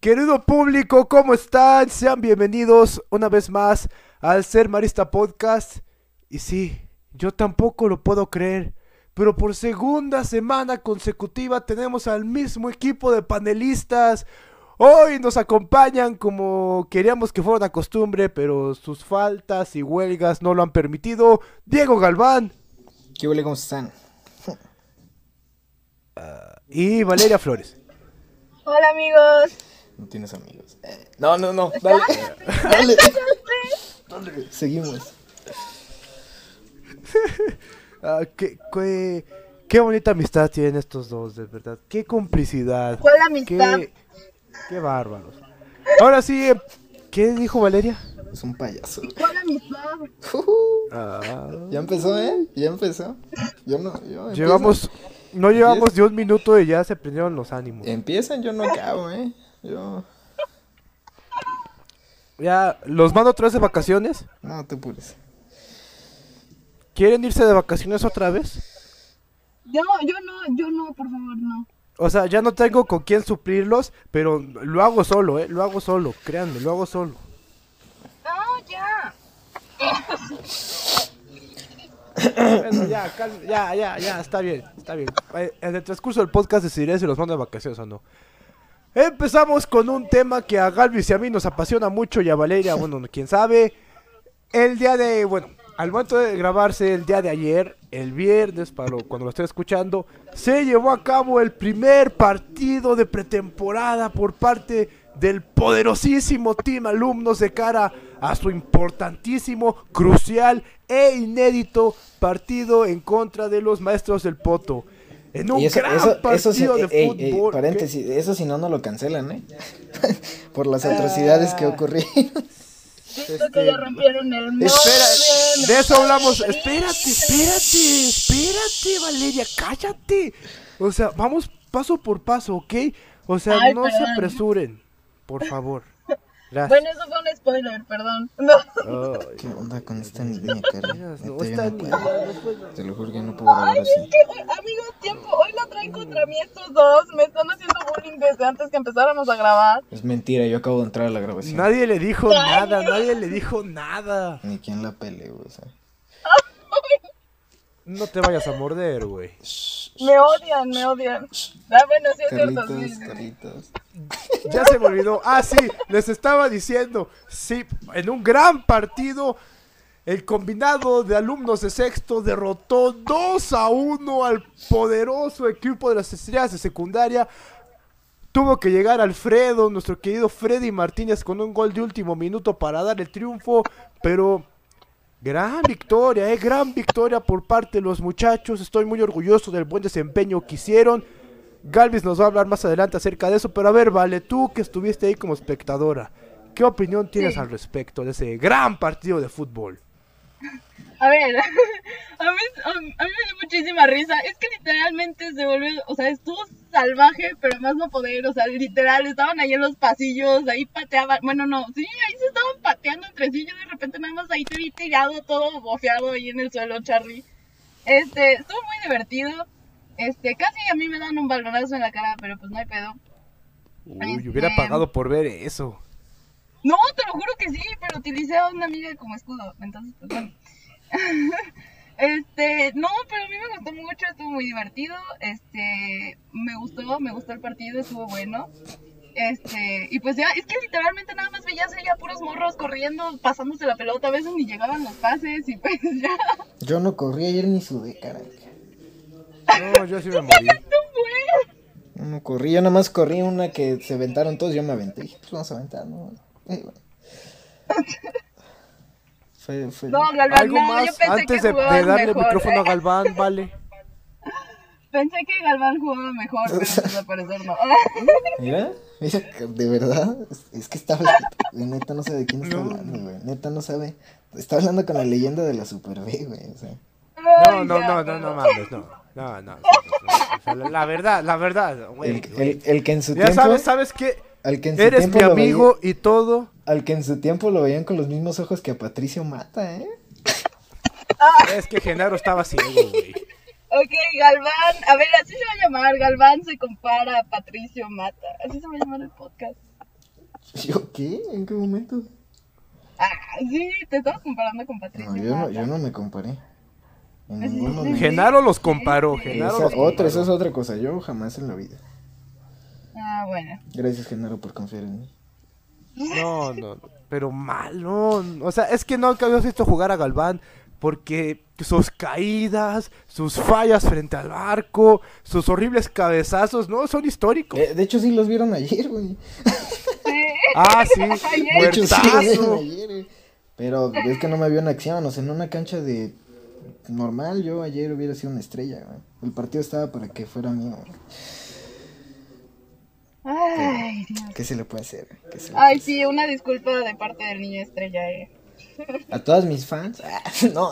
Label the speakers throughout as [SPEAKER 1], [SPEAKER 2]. [SPEAKER 1] Querido público, ¿cómo están? Sean bienvenidos una vez más al Ser Marista Podcast. Y sí, yo tampoco lo puedo creer, pero por segunda semana consecutiva tenemos al mismo equipo de panelistas. Hoy nos acompañan como queríamos que fuera una costumbre, pero sus faltas y huelgas no lo han permitido. Diego Galván
[SPEAKER 2] ¿Qué huele? ¿Cómo están?
[SPEAKER 1] y Valeria Flores.
[SPEAKER 3] Hola amigos,
[SPEAKER 2] No tienes amigos. Eh, no, no, no. Dale. Dale. Dale, Seguimos.
[SPEAKER 1] Ah, qué, qué- qué bonita amistad tienen estos dos, de verdad. Qué complicidad.
[SPEAKER 3] ¿Cuál amistad?
[SPEAKER 1] Qué, qué bárbaros. Ahora sí, eh, ¿qué dijo Valeria?
[SPEAKER 2] Es un payaso.
[SPEAKER 3] ¿cuál amistad?
[SPEAKER 2] Ujú.
[SPEAKER 1] Ah,
[SPEAKER 2] Ya empezó, ¿eh? Ya empezó. Yo no. Yo empiezo.
[SPEAKER 1] llevamos, no llevamos ni un minuto y ya se prendieron los ánimos.
[SPEAKER 2] Eh. Empiezan, yo no acabo, ¿eh? Yo.
[SPEAKER 1] Ya, los mando otra vez de vacaciones.
[SPEAKER 2] No te apures.
[SPEAKER 1] ¿Quieren irse de vacaciones otra vez?
[SPEAKER 3] Yo, yo no, yo no, por favor, no.
[SPEAKER 1] O sea, ya no tengo con quién suplirlos, pero lo hago solo, ¿eh? Lo hago solo, créanme, lo hago solo.
[SPEAKER 3] No, ya.
[SPEAKER 1] Bueno, ya, calma, ya, ya, ya, está bien, está bien. Eh, En el transcurso del podcast decidiré si los mando de vacaciones o no. Empezamos con un tema que a Galvis y a mí nos apasiona mucho y a Valeria, bueno, quién sabe. El día de, bueno, al momento de grabarse el día de ayer, el viernes, para lo- cuando lo estoy escuchando, se llevó a cabo el primer partido de pretemporada por parte del poderosísimo Team Alumnos de cara a su importantísimo, crucial e inédito partido en contra de los maestros del Poto. En un
[SPEAKER 2] Y eso,
[SPEAKER 1] gran
[SPEAKER 2] eso, eso
[SPEAKER 1] partido
[SPEAKER 2] sí.
[SPEAKER 1] de
[SPEAKER 2] ey, ey,
[SPEAKER 1] fútbol. ¿qué?
[SPEAKER 2] paréntesis. Eso si no, no lo cancelan, ¿eh? Por las atrocidades
[SPEAKER 1] Ah.
[SPEAKER 2] que ocurrieron.
[SPEAKER 3] Siento que ya rompieron el molde.
[SPEAKER 1] Espera,
[SPEAKER 3] me
[SPEAKER 1] de eso hablamos.
[SPEAKER 3] voy a
[SPEAKER 1] Espérate,
[SPEAKER 3] morir.
[SPEAKER 1] espérate, espérate, Valeria, cállate. O sea, vamos paso por paso, ¿ok? O sea,
[SPEAKER 3] Ay,
[SPEAKER 1] no se
[SPEAKER 3] perdón.
[SPEAKER 1] apresuren, por favor. Gracias.
[SPEAKER 3] Bueno, eso fue un spoiler, perdón. No.
[SPEAKER 1] Ay,
[SPEAKER 2] ¿Qué onda con esta niña, cara?
[SPEAKER 1] Dios, no,
[SPEAKER 2] Neta, yo
[SPEAKER 1] esta
[SPEAKER 2] no
[SPEAKER 1] niña,
[SPEAKER 2] puedo.
[SPEAKER 1] pues, no puedo.
[SPEAKER 2] Te lo juro que no puedo grabar
[SPEAKER 3] Ay,
[SPEAKER 2] así.
[SPEAKER 3] es que, hoy, amigos, tiempo, hoy la traen contra mí estos dos. Me están haciendo bullying desde antes que empezáramos a grabar.
[SPEAKER 2] Es mentira, yo acabo de entrar a la grabación.
[SPEAKER 1] Nadie le dijo
[SPEAKER 3] Ay,
[SPEAKER 1] nada,
[SPEAKER 3] Dios.
[SPEAKER 1] nadie le dijo nada.
[SPEAKER 2] Ni quien la pele, güey. o sea.
[SPEAKER 1] No te vayas a morder, güey.
[SPEAKER 3] Me odian, me odian. Ah, bueno, sí es cierto. sí,
[SPEAKER 2] Carlitos,
[SPEAKER 3] sí.
[SPEAKER 2] Carlitos.
[SPEAKER 1] Ya se me olvidó. Ah, sí, les estaba diciendo. Sí, en un gran partido, el combinado de alumnos de sexto derrotó 2 a 1 al poderoso equipo de las estrellas de secundaria. Tuvo que llegar Alfredo, nuestro querido Freddy Martínez, con un gol de último minuto para dar el triunfo, pero. Gran victoria, eh, gran victoria por parte de los muchachos. Estoy muy orgulloso del buen desempeño que hicieron. Galvis nos va a hablar más adelante acerca de eso, pero a ver, vale, tú que estuviste ahí como espectadora, ¿qué opinión tienes al respecto de ese gran partido de fútbol?
[SPEAKER 3] A ver, a mí, a, mí me dio muchísima risa. Es que literalmente se volvió, o sea, estuvo salvaje, pero más no poder. O sea, literal, estaban ahí en los pasillos, ahí pateaban. Bueno, no, sí, ahí se estaban pateando entre sí. Yo de repente nada más ahí te vi tirado, todo bofeado ahí en el suelo, Charlie. Este, estuvo muy divertido. Este, casi a mí me dan un balonazo en la cara, pero pues no hay pedo.
[SPEAKER 1] Uy, hubiera
[SPEAKER 3] Este-
[SPEAKER 1] pagado por ver eso.
[SPEAKER 3] No, te lo juro que sí, pero utilicé a una amiga como escudo, entonces pues bueno. Este, no, pero a mí me gustó mucho, estuvo muy divertido, este, me gustó, me gustó el partido, estuvo bueno. Este, y pues ya, es que literalmente nada más veías ahí a puros morros corriendo, pasándose la pelota, a veces ni llegaban los pases y pues ya,
[SPEAKER 2] Yo no corrí ayer ni sudé, caray.
[SPEAKER 1] No, yo sí me morí.
[SPEAKER 3] no fue.
[SPEAKER 2] Yo no corrí, yo nada más corrí una que se aventaron todos, yo me aventé. Dije, pues vamos a aventar, ¿no? Eh, bueno. Fue, fue.
[SPEAKER 3] No, Galván,
[SPEAKER 1] ¿Algo
[SPEAKER 3] no, yo
[SPEAKER 1] más
[SPEAKER 3] pensé
[SPEAKER 1] antes
[SPEAKER 3] que
[SPEAKER 1] de, de
[SPEAKER 3] jugaba
[SPEAKER 1] darle el
[SPEAKER 3] mejor,
[SPEAKER 1] micrófono a
[SPEAKER 3] eh.
[SPEAKER 1] Galván, vale?
[SPEAKER 3] Pensé que Galván jugaba mejor, pero pues al parecer no.
[SPEAKER 2] Mira, mira, que de verdad, es, es que está güey, neta no sabe de quién está hablando, güey. Neta no sabe. Está hablando con la leyenda de la Super B, güey. O sea,
[SPEAKER 1] No,
[SPEAKER 3] Ay,
[SPEAKER 1] no,
[SPEAKER 3] ya,
[SPEAKER 1] no, no,
[SPEAKER 3] pero-
[SPEAKER 1] no mames, no. No, no. sí, no, sí. O sea, la, la verdad, la verdad, güey.
[SPEAKER 2] el, el- el que en su
[SPEAKER 1] Ya
[SPEAKER 2] tiempo.
[SPEAKER 1] sabes, ¿sabes qué?
[SPEAKER 2] Al que en su
[SPEAKER 1] Eres
[SPEAKER 2] tiempo
[SPEAKER 1] mi
[SPEAKER 2] lo veía-
[SPEAKER 1] amigo y todo.
[SPEAKER 2] Al que en su tiempo lo veían con los mismos ojos que a Patricio Mata, ¿eh?
[SPEAKER 1] Es que Genaro estaba ciego, güey.
[SPEAKER 3] Ok, Galván, a ver, así se va a llamar, Galván se compara a Patricio Mata, así se va a llamar el podcast.
[SPEAKER 2] ¿Yo qué? ¿En qué momento?
[SPEAKER 3] Ah, sí, te estabas comparando con Patricia.
[SPEAKER 2] No, yo no, yo no me comparé. En
[SPEAKER 3] Así
[SPEAKER 2] ningún
[SPEAKER 3] es.
[SPEAKER 2] momento.
[SPEAKER 1] Genaro los comparó.
[SPEAKER 3] Sí.
[SPEAKER 1] Genaro
[SPEAKER 2] Esa
[SPEAKER 1] los
[SPEAKER 2] es otra,
[SPEAKER 1] comparó.
[SPEAKER 2] esa es otra cosa. Yo jamás en la vida.
[SPEAKER 3] Ah, bueno.
[SPEAKER 2] Gracias, Genaro, por confiar en mí.
[SPEAKER 1] No, no, no, pero mal, no. O sea, es que nunca habías visto jugar a Galván porque sus caídas, sus fallas frente al arco, sus horribles cabezazos, no, son históricos.
[SPEAKER 2] Eh, de hecho, sí los vieron ayer, güey.
[SPEAKER 3] Sí.
[SPEAKER 1] Ah, sí,
[SPEAKER 2] De hecho, eh. sí los vieron
[SPEAKER 1] muertazo.
[SPEAKER 2] ayer, güey. Pero es que no me vio en acción. O sea, en una cancha de normal, yo ayer hubiera sido una estrella, güey. El partido estaba para que fuera mío. güey.
[SPEAKER 3] Ay, Dios.
[SPEAKER 2] ¿Qué se le puede hacer? güey? ¿Qué se le puede
[SPEAKER 3] Ay,
[SPEAKER 2] hacer?
[SPEAKER 3] sí, una disculpa de parte del niño estrella, eh.
[SPEAKER 2] A todas mis fans. Ah, no.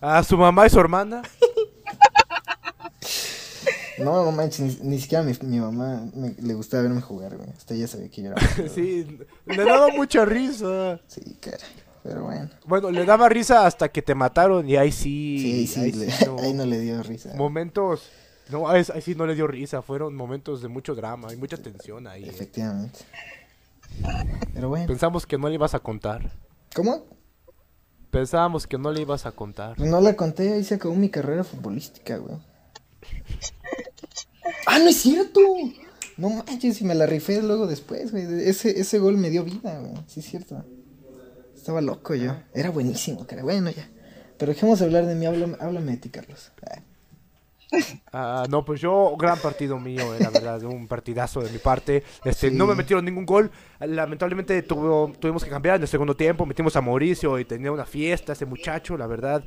[SPEAKER 1] A su mamá y su hermana.
[SPEAKER 2] No, no manches, ni, ni siquiera mi, mi mamá me- le gustaba verme jugar, güey. Hasta ella sabía que yo era. malo, güey.
[SPEAKER 1] Sí, le daba mucha risa.
[SPEAKER 2] Sí, caray. Pero bueno.
[SPEAKER 1] Bueno, le daba risa hasta que te mataron y ahí sí.
[SPEAKER 2] Sí, sí,
[SPEAKER 1] ahí
[SPEAKER 2] le-
[SPEAKER 1] sí, no.
[SPEAKER 2] ahí no le dio risa.
[SPEAKER 1] Momentos. No, ahí ahí sí no le dio risa, fueron momentos de mucho drama y mucha tensión ahí. eh.
[SPEAKER 2] Efectivamente. Pero bueno.
[SPEAKER 1] Pensamos que no le ibas a contar.
[SPEAKER 2] ¿Cómo?
[SPEAKER 1] Pensábamos que no le ibas a contar.
[SPEAKER 2] No la conté, ahí se acabó mi carrera futbolística, güey. ¡Ah, no es cierto! No manches, y me la rifé luego después, güey. Ese, ese gol me dio vida, güey. Sí, es cierto. Estaba loco yo. Era buenísimo, cara. Bueno, ya. Pero dejemos de hablar de mí. Háblame, háblame de ti, Carlos. Ah,
[SPEAKER 1] Ah, no, pues yo, gran partido mío, eh, la verdad, un partidazo de mi parte. Este,
[SPEAKER 2] Sí.
[SPEAKER 1] No me metieron ningún gol. Lamentablemente tuvo- tuvimos que cambiar en el segundo tiempo. Metimos a Mauricio y tenía una fiesta ese muchacho, la verdad.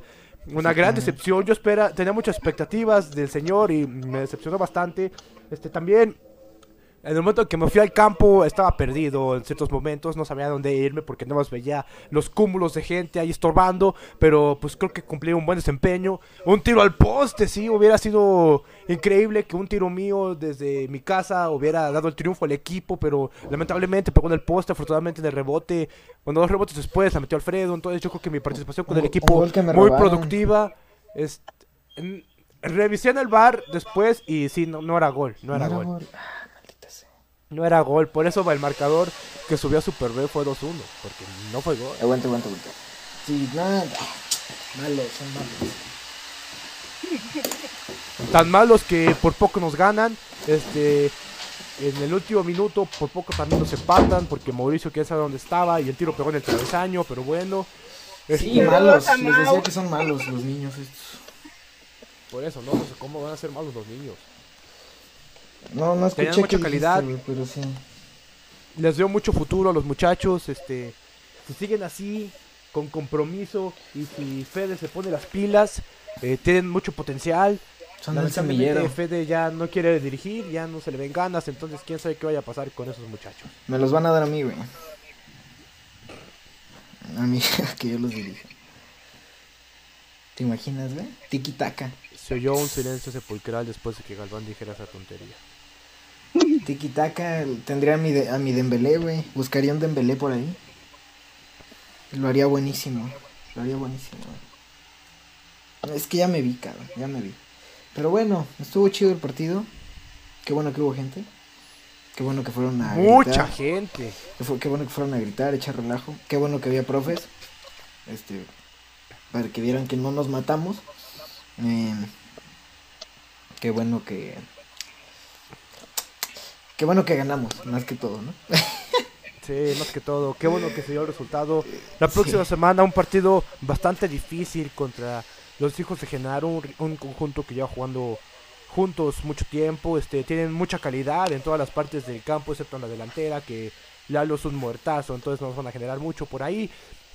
[SPEAKER 1] Una gran decepción. Yo espera, tenía muchas expectativas del señor y me decepcionó bastante. Este, también En el momento en que me fui al campo estaba perdido en ciertos momentos, no sabía dónde irme porque nada más veía los cúmulos de gente ahí estorbando, pero pues creo que cumplí un buen desempeño. Un tiro al poste, sí, hubiera sido increíble que un tiro mío desde mi casa hubiera dado el triunfo al equipo, pero lamentablemente pegó en el poste, afortunadamente en el rebote, bueno, dos rebotes después la metió Alfredo, entonces yo creo que mi participación con el
[SPEAKER 2] Un- un
[SPEAKER 1] equipo
[SPEAKER 2] gol que me
[SPEAKER 1] muy
[SPEAKER 2] robaron.
[SPEAKER 1] productiva. Es, en- revisé en el bar después y sí, no, no era gol, no era gol.
[SPEAKER 2] Ah, maldita sea.
[SPEAKER 1] No era gol, por eso el marcador que subió a Super B fue 2-1, porque no fue gol.
[SPEAKER 2] Aguanta, aguanta, aguanta. Sí, nada. Malos, son malos.
[SPEAKER 1] Tan malos que por poco nos ganan. Este, en el último minuto por poco también nos empatan, porque Mauricio quién sabe dónde estaba y el tiro pegó en el travesaño, pero bueno.
[SPEAKER 2] Sí,
[SPEAKER 1] Este,
[SPEAKER 2] malos.
[SPEAKER 3] Saludos a
[SPEAKER 2] Les decía
[SPEAKER 3] Mau.
[SPEAKER 2] que son malos los niños estos.
[SPEAKER 1] Por eso, no, no sé cómo van a ser malos los niños.
[SPEAKER 2] No, no escuché
[SPEAKER 1] Tenían
[SPEAKER 2] que
[SPEAKER 1] mucha
[SPEAKER 2] dijiste,
[SPEAKER 1] calidad.
[SPEAKER 2] güey, pero sí.
[SPEAKER 1] les dio mucho futuro a los muchachos, este, si siguen así, con compromiso, y si Fede se pone las pilas, eh, tienen mucho potencial.
[SPEAKER 2] Son un
[SPEAKER 1] Lamentablemente
[SPEAKER 2] semillero.
[SPEAKER 1] Fede ya no quiere dirigir, ya no se le ven ganas, entonces quién sabe qué vaya a pasar con esos muchachos.
[SPEAKER 2] Me los van a dar a mí, güey. A mí, que yo los dirija. ¿Te imaginas, güey? Tiki taka.
[SPEAKER 1] Se oyó un silencio sepulcral después de que Galván dijera esa tontería.
[SPEAKER 2] Tiki taka tendría a mi, de- a mi Dembélé, güey. Buscaría un Dembélé por ahí. Lo haría buenísimo. Lo haría buenísimo, güey. Es que ya me vi, cabrón. Ya me vi. Pero bueno, estuvo chido el partido. Qué bueno que hubo gente. Qué bueno que fueron a.
[SPEAKER 1] Mucha
[SPEAKER 2] gritar.
[SPEAKER 1] gente.
[SPEAKER 2] Qué, fu- qué bueno que fueron a gritar, echar relajo. Qué bueno que había profes. Este, para que vieran que no nos matamos. Eh, qué bueno que. Qué bueno que ganamos, más que todo, ¿no?
[SPEAKER 1] Sí, más que todo, qué bueno que se dio el resultado. La próxima semana un partido bastante difícil contra los hijos de Genaro, un, un conjunto que lleva jugando juntos mucho tiempo, este, tienen mucha calidad en todas las partes del campo, excepto en la delantera, que Lalo es un muertazo, entonces nos van a generar mucho por ahí,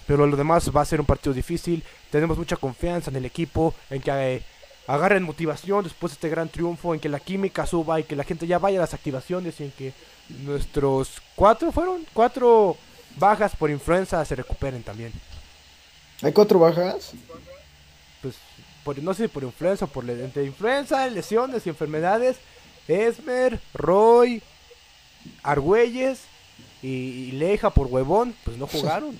[SPEAKER 1] pero lo demás va a ser un partido difícil, tenemos mucha confianza en el equipo, en que eh, agarren motivación después de este gran triunfo, en que la química suba y que la gente ya vaya a las activaciones y en que nuestros cuatro fueron cuatro bajas por influenza se recuperen también.
[SPEAKER 2] ¿Hay cuatro bajas?
[SPEAKER 1] Pues por, no sé si por influenza o por le- entre influenza, lesiones y enfermedades. Esmer, Roy, Argüelles y, y Leja por huevón, pues no jugaron.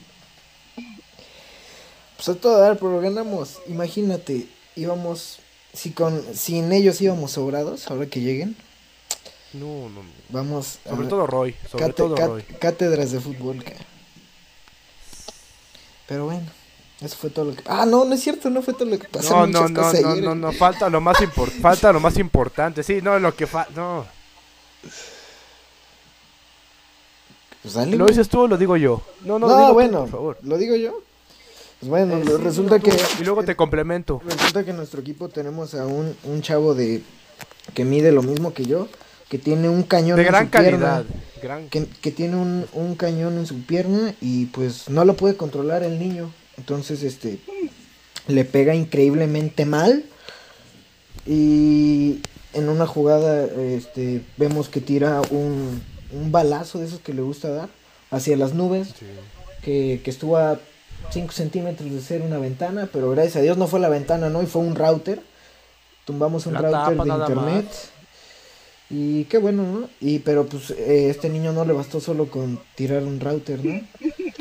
[SPEAKER 2] Pues a todo dar, pero ganamos. Imagínate, íbamos. Si con sin ellos íbamos sobrados, ahora que lleguen.
[SPEAKER 1] No, no, no.
[SPEAKER 2] Vamos. a
[SPEAKER 1] Sobre
[SPEAKER 2] ver.
[SPEAKER 1] todo Roy. Sobre
[SPEAKER 2] Cate-
[SPEAKER 1] todo
[SPEAKER 2] Ah, cat-
[SPEAKER 1] Roy.
[SPEAKER 2] Cátedras de fútbol, cara. Pero bueno, eso fue todo lo que. Ah, no, no es cierto, no fue todo lo que pasó.
[SPEAKER 1] No, no,
[SPEAKER 2] muchas
[SPEAKER 1] no,
[SPEAKER 2] cosas
[SPEAKER 1] no,
[SPEAKER 2] ayer. eh.
[SPEAKER 1] no, no, falta lo más impor- falta lo más importante. Sí, no, lo que fa- no.
[SPEAKER 2] Pues dale,
[SPEAKER 1] Lo
[SPEAKER 2] güey.
[SPEAKER 1] dices tú o lo digo yo. No, no,
[SPEAKER 2] No,
[SPEAKER 1] lo digo tú,
[SPEAKER 2] bueno,
[SPEAKER 1] por favor.
[SPEAKER 2] lo digo yo. Pues bueno,
[SPEAKER 1] Eh,
[SPEAKER 2] lo-
[SPEAKER 1] sí,
[SPEAKER 2] resulta
[SPEAKER 1] dilo
[SPEAKER 2] que.
[SPEAKER 1] tú, y luego te complemento.
[SPEAKER 2] Resulta que en nuestro equipo tenemos a un, un chavo de. que mide lo mismo que yo, que tiene un cañón
[SPEAKER 1] De
[SPEAKER 2] en
[SPEAKER 1] gran
[SPEAKER 2] su pierna,
[SPEAKER 1] calidad. Gran...
[SPEAKER 2] que, que tiene un, un cañón en su pierna y pues no lo puede controlar el niño. Entonces, este. le pega increíblemente mal. Y en una jugada este, vemos que tira un, un balazo de esos que le gusta dar hacia las nubes
[SPEAKER 1] Sí.
[SPEAKER 2] que, que estuvo a 5 centímetros de ser una ventana, pero gracias a Dios no fue la ventana, ¿no? Y fue un router. Tumbamos un
[SPEAKER 1] La
[SPEAKER 2] router
[SPEAKER 1] tapa
[SPEAKER 2] de
[SPEAKER 1] nada
[SPEAKER 2] internet. Y qué bueno, ¿no? Y pero pues eh, este niño no le bastó solo con tirar un router, ¿no?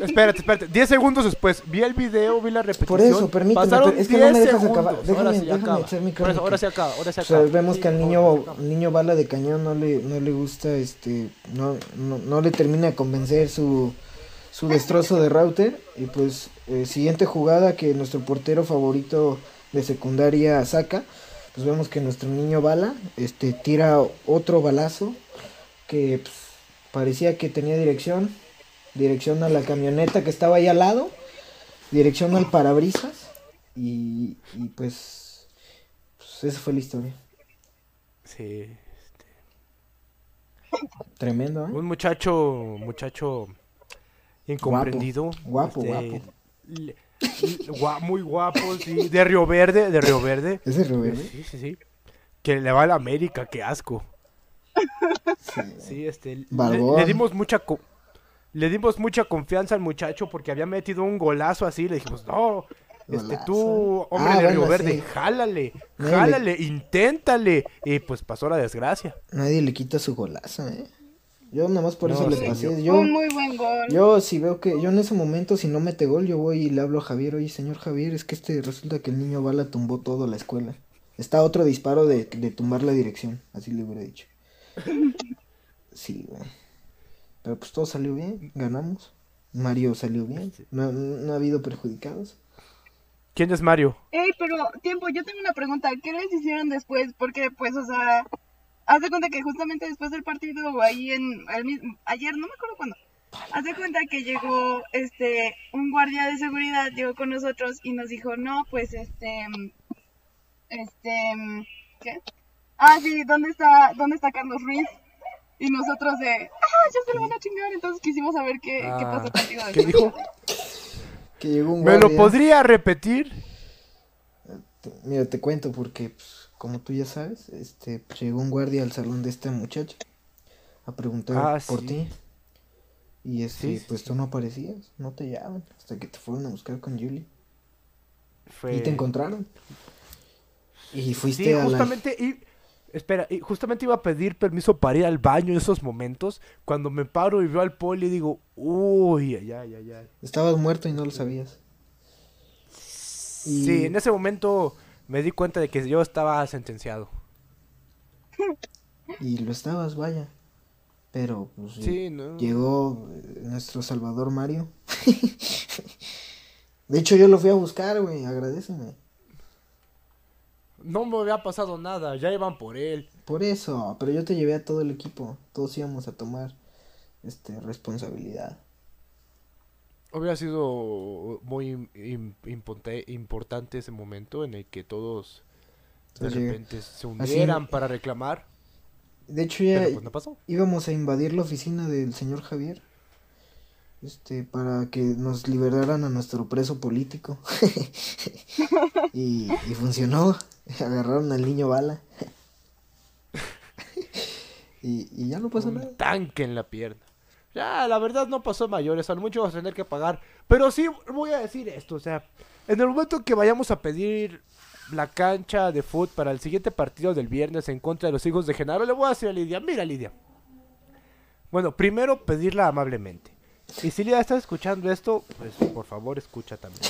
[SPEAKER 1] Espérate, espérate. 10 segundos después. Vi el video, vi la repetición.
[SPEAKER 2] Por eso, permíteme,
[SPEAKER 1] Pasaron
[SPEAKER 2] pero es que no me
[SPEAKER 1] 10
[SPEAKER 2] dejas acabar.
[SPEAKER 1] segundos.
[SPEAKER 2] Déjame-
[SPEAKER 1] ahora sí
[SPEAKER 2] déjame
[SPEAKER 1] acaba.
[SPEAKER 2] echar
[SPEAKER 1] Por
[SPEAKER 2] mi
[SPEAKER 1] eso,
[SPEAKER 2] crónica.
[SPEAKER 1] ahora se acaba, ahora se
[SPEAKER 2] O
[SPEAKER 1] acaba.
[SPEAKER 2] sea, vemos que al
[SPEAKER 1] Sí,
[SPEAKER 2] niño,
[SPEAKER 1] ahora se acaba.
[SPEAKER 2] niño bala de cañón no le, no le gusta, este, no, no, no le termina de convencer su, su destrozo de router. Y pues, eh, siguiente jugada que nuestro portero favorito de secundaria saca, pues vemos que nuestro niño bala, este, tira otro balazo que pues, parecía que tenía dirección, dirección a la camioneta que estaba ahí al lado, dirección al parabrisas y, y pues, pues esa fue la historia.
[SPEAKER 1] Sí.
[SPEAKER 2] Tremendo, ¿eh?
[SPEAKER 1] Un muchacho, muchacho incomprendido. este,
[SPEAKER 2] Guapo, guapo.
[SPEAKER 1] le- le- gua- muy guapo, sí. De Río Verde, de Río Verde.
[SPEAKER 2] Ese Rubén. ¿eh?
[SPEAKER 1] Sí, sí, sí. Que le va a la América, qué asco.
[SPEAKER 2] Sí.
[SPEAKER 1] Sí, este. le- Le,
[SPEAKER 2] Barbón.
[SPEAKER 1] dimos mucha. co- le dimos mucha confianza al muchacho porque había metido un golazo así. Le dijimos, no, este,
[SPEAKER 2] Golazo.
[SPEAKER 1] tú, hombre
[SPEAKER 2] Ah,
[SPEAKER 1] de Río
[SPEAKER 2] bueno,
[SPEAKER 1] Verde,
[SPEAKER 2] sí.
[SPEAKER 1] jálale,
[SPEAKER 2] No, le-
[SPEAKER 1] jálale, inténtale. Y pues pasó la desgracia.
[SPEAKER 2] Nadie le quita su golazo, ¿eh? Yo nada más por
[SPEAKER 1] No,
[SPEAKER 2] eso le
[SPEAKER 1] sí,
[SPEAKER 2] pasé.
[SPEAKER 3] Fue
[SPEAKER 2] Yo,
[SPEAKER 3] un muy buen gol.
[SPEAKER 2] yo si veo que, yo en ese momento, si no mete gol, yo voy y le hablo a Javier, oye, señor Javier, es que este resulta que el niño bala tumbó todo la escuela. Está otro disparo de, de tumbar la dirección, así le hubiera dicho. Sí, güey. Pero pues todo salió bien, ganamos. Mario salió bien, no, no ha habido perjudicados.
[SPEAKER 1] ¿Quién es Mario?
[SPEAKER 3] Ey, pero tiempo, yo tengo una pregunta. ¿Qué les hicieron después? Porque, pues, o sea, haz de cuenta que justamente después del partido, o ahí en, el mismo, ayer, no me acuerdo cuándo, haz de cuenta que llegó, este, un guardia de seguridad, llegó con nosotros y nos dijo, no, pues, este, mm, este, mm, ¿qué? Ah, sí, ¿dónde está, dónde está Carlos Ruiz? Y nosotros de, ah, ya se lo van a chingar, entonces quisimos saber qué, qué
[SPEAKER 1] Ah,
[SPEAKER 3] pasó contigo.
[SPEAKER 1] ¿Qué dijo?
[SPEAKER 2] Que llegó un
[SPEAKER 1] ¿Me lo
[SPEAKER 2] guardia.
[SPEAKER 1] podría repetir?
[SPEAKER 2] Te- Mira, te cuento porque, pues, como tú ya sabes, este, pues, llegó un guardia al salón de esta muchacha a preguntar
[SPEAKER 1] Ah,
[SPEAKER 2] por
[SPEAKER 1] sí.
[SPEAKER 2] ti. Y este,
[SPEAKER 1] Sí, sí,
[SPEAKER 2] pues tú no aparecías, no te llaman, hasta que te fueron a buscar con Julie.
[SPEAKER 1] Fue...
[SPEAKER 2] Y te encontraron. Y fuiste
[SPEAKER 1] Pues Sí,
[SPEAKER 2] a la-
[SPEAKER 1] justamente, y, espera, y justamente iba a pedir permiso para ir al baño en esos momentos, cuando me paro y veo al poli y digo, uy, ay, ay, ay, ay.
[SPEAKER 2] Estabas muerto y no lo sabías. Y-
[SPEAKER 1] Sí, en ese momento me di cuenta de que yo estaba sentenciado.
[SPEAKER 2] Y lo estabas, vaya. Pero, pues,
[SPEAKER 1] Sí, no.
[SPEAKER 2] Llegó eh, nuestro Salvador Mario. de hecho, yo lo fui a buscar, güey, agradeceme.
[SPEAKER 1] No me había pasado nada, ya iban por él.
[SPEAKER 2] Por eso, pero yo te llevé a todo el equipo. Todos íbamos a tomar este responsabilidad.
[SPEAKER 1] Hubiera sido muy im- im- imponte- importante ese momento en el que todos de
[SPEAKER 2] Así-
[SPEAKER 1] repente se unieran para reclamar,
[SPEAKER 2] De hecho, ya
[SPEAKER 1] pero pues no pasó.
[SPEAKER 2] íbamos a invadir la oficina del señor Javier. Este, para que nos liberaran a nuestro preso político. y, y funcionó. Agarraron al niño bala. y, y ya no pasó
[SPEAKER 1] un
[SPEAKER 2] nada.
[SPEAKER 1] tanque en la pierna. Ya, la verdad no pasó mayores, al mucho vas a tener que pagar. Pero sí voy a decir esto, o sea, en el momento que vayamos a pedir la cancha de foot para el siguiente partido del viernes en contra de los hijos de Genaro, le voy a decir a Lidia, mira Lidia. Bueno, primero pedirla amablemente. Y si Lidia está escuchando esto, pues por favor escucha también.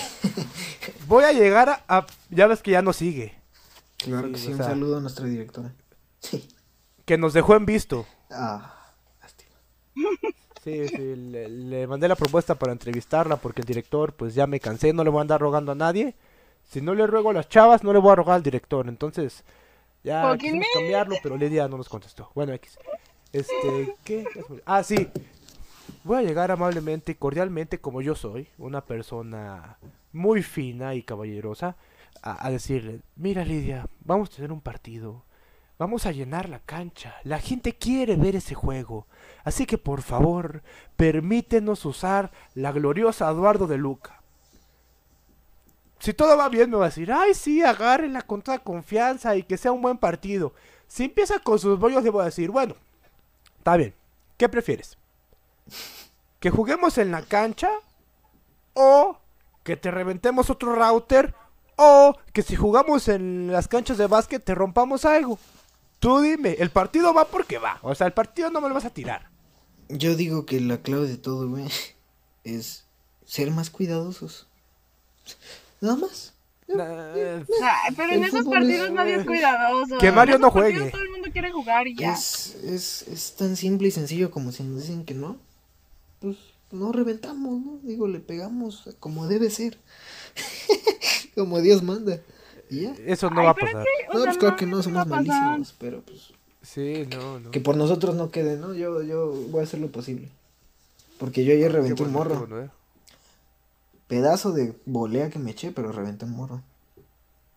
[SPEAKER 1] Voy a llegar a... a- ya ves que ya no sigue.
[SPEAKER 2] Claro que
[SPEAKER 1] Sí,
[SPEAKER 2] sí,
[SPEAKER 1] o
[SPEAKER 2] un
[SPEAKER 1] sea-
[SPEAKER 2] saludo a nuestra directora. Sí.
[SPEAKER 1] que nos dejó en visto.
[SPEAKER 2] Ah, lástima.
[SPEAKER 1] Sí, sí, le, le mandé la propuesta para entrevistarla porque el director, pues ya me cansé, no le voy a andar rogando a nadie. Si no le ruego a las chavas, no le voy a rogar al director. Entonces, ya
[SPEAKER 3] ¿Por qué
[SPEAKER 1] quisimos
[SPEAKER 3] me?
[SPEAKER 1] cambiarlo, pero Lidia no nos contestó. Bueno, X. Este, ¿qué? Ah, sí. Voy a llegar amablemente y cordialmente, como yo soy, una persona muy fina y caballerosa, a, a decirle, mira Lidia, vamos a tener un partido, vamos a llenar la cancha, la gente quiere ver ese juego, así que por favor, permítenos usar la gloriosa Eduardo de Luca. Si todo va bien, me va a decir, ay, sí, agárrenla con toda confianza y que sea un buen partido. Si empieza con sus bollos, le voy a decir, bueno, está bien, ¿qué prefieres? ¿Que juguemos en la cancha? ¿O que te reventemos otro router? ¿O que si jugamos en las canchas de básquet te rompamos algo? Tú dime, el partido va porque va. O sea, el partido no me lo vas a tirar.
[SPEAKER 2] Yo digo que la clave de todo, güey, es ser más cuidadosos. Nada más.
[SPEAKER 1] Eh,
[SPEAKER 3] Ay, pero en
[SPEAKER 2] El
[SPEAKER 3] esos
[SPEAKER 2] fútbol
[SPEAKER 3] partidos
[SPEAKER 2] es-
[SPEAKER 3] nadie es cuidadoso.
[SPEAKER 1] Que
[SPEAKER 3] En
[SPEAKER 1] Mario
[SPEAKER 3] esos
[SPEAKER 1] no
[SPEAKER 3] partidos
[SPEAKER 1] juegue.
[SPEAKER 3] Todo el mundo quiere jugar y ya.
[SPEAKER 2] Es, es, es tan simple y sencillo como si nos dicen que no. Pues no reventamos, ¿no? Digo, le pegamos como debe ser. como Dios manda. Y ya.
[SPEAKER 1] Eso no
[SPEAKER 3] Ay,
[SPEAKER 1] va a
[SPEAKER 3] pero es
[SPEAKER 1] pasar.
[SPEAKER 3] que, o
[SPEAKER 2] No,
[SPEAKER 3] sea,
[SPEAKER 2] pues claro que no,
[SPEAKER 3] Eh, eso va
[SPEAKER 2] somos
[SPEAKER 3] a pasar.
[SPEAKER 2] malísimos, pero pues
[SPEAKER 1] Sí, no, no.
[SPEAKER 2] que por nosotros no quede, ¿no? Yo, yo voy a hacer lo posible. Porque yo ayer reventé
[SPEAKER 1] Qué
[SPEAKER 2] un
[SPEAKER 1] bueno,
[SPEAKER 2] morro.
[SPEAKER 1] qué bueno, eh.
[SPEAKER 2] Pedazo de volea que me eché, pero reventé un morro.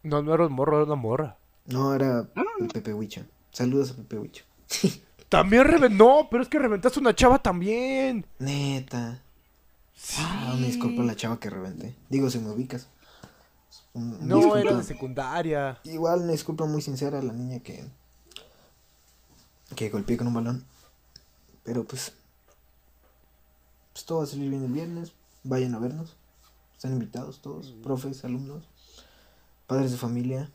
[SPEAKER 1] No, no era un morro, era una morra.
[SPEAKER 2] No, era
[SPEAKER 1] Ah.
[SPEAKER 2] el Pepe Huicho. Saludos a Pepe Huicho.
[SPEAKER 1] También reventó. No, pero es que reventaste una chava también.
[SPEAKER 2] Neta.
[SPEAKER 1] Sí.
[SPEAKER 2] Ah, me disculpa la chava que reventé. Digo, si me ubicas. Un- un
[SPEAKER 1] No, era
[SPEAKER 2] disculpa.
[SPEAKER 1] de secundaria.
[SPEAKER 2] Igual una disculpa muy sincera a la niña que. que golpeé con un balón. Pero pues. Pues todo va a salir bien el viernes. Vayan a vernos. Están invitados todos,
[SPEAKER 1] Mm.
[SPEAKER 2] profes, alumnos, padres de familia.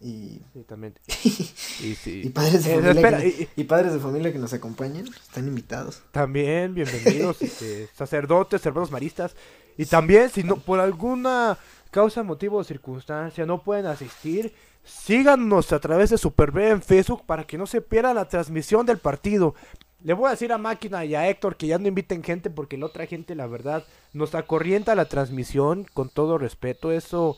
[SPEAKER 2] Y.
[SPEAKER 1] Sí, también. Y sí.
[SPEAKER 2] y padres de
[SPEAKER 1] Eh,
[SPEAKER 2] familia.
[SPEAKER 1] espera,
[SPEAKER 2] que,
[SPEAKER 1] y- y-
[SPEAKER 2] y padres de familia que nos acompañan. Están invitados.
[SPEAKER 1] También, bienvenidos, este, sacerdotes, hermanos maristas. Y también, si no, por alguna causa, motivo o circunstancia no pueden asistir, síganos a través de Superb en Facebook para que no se pierda la transmisión del partido. Le voy a decir a Máquina y a Héctor que ya no inviten gente porque la otra gente, la verdad, nos acorrienta la transmisión con todo respeto. Eso,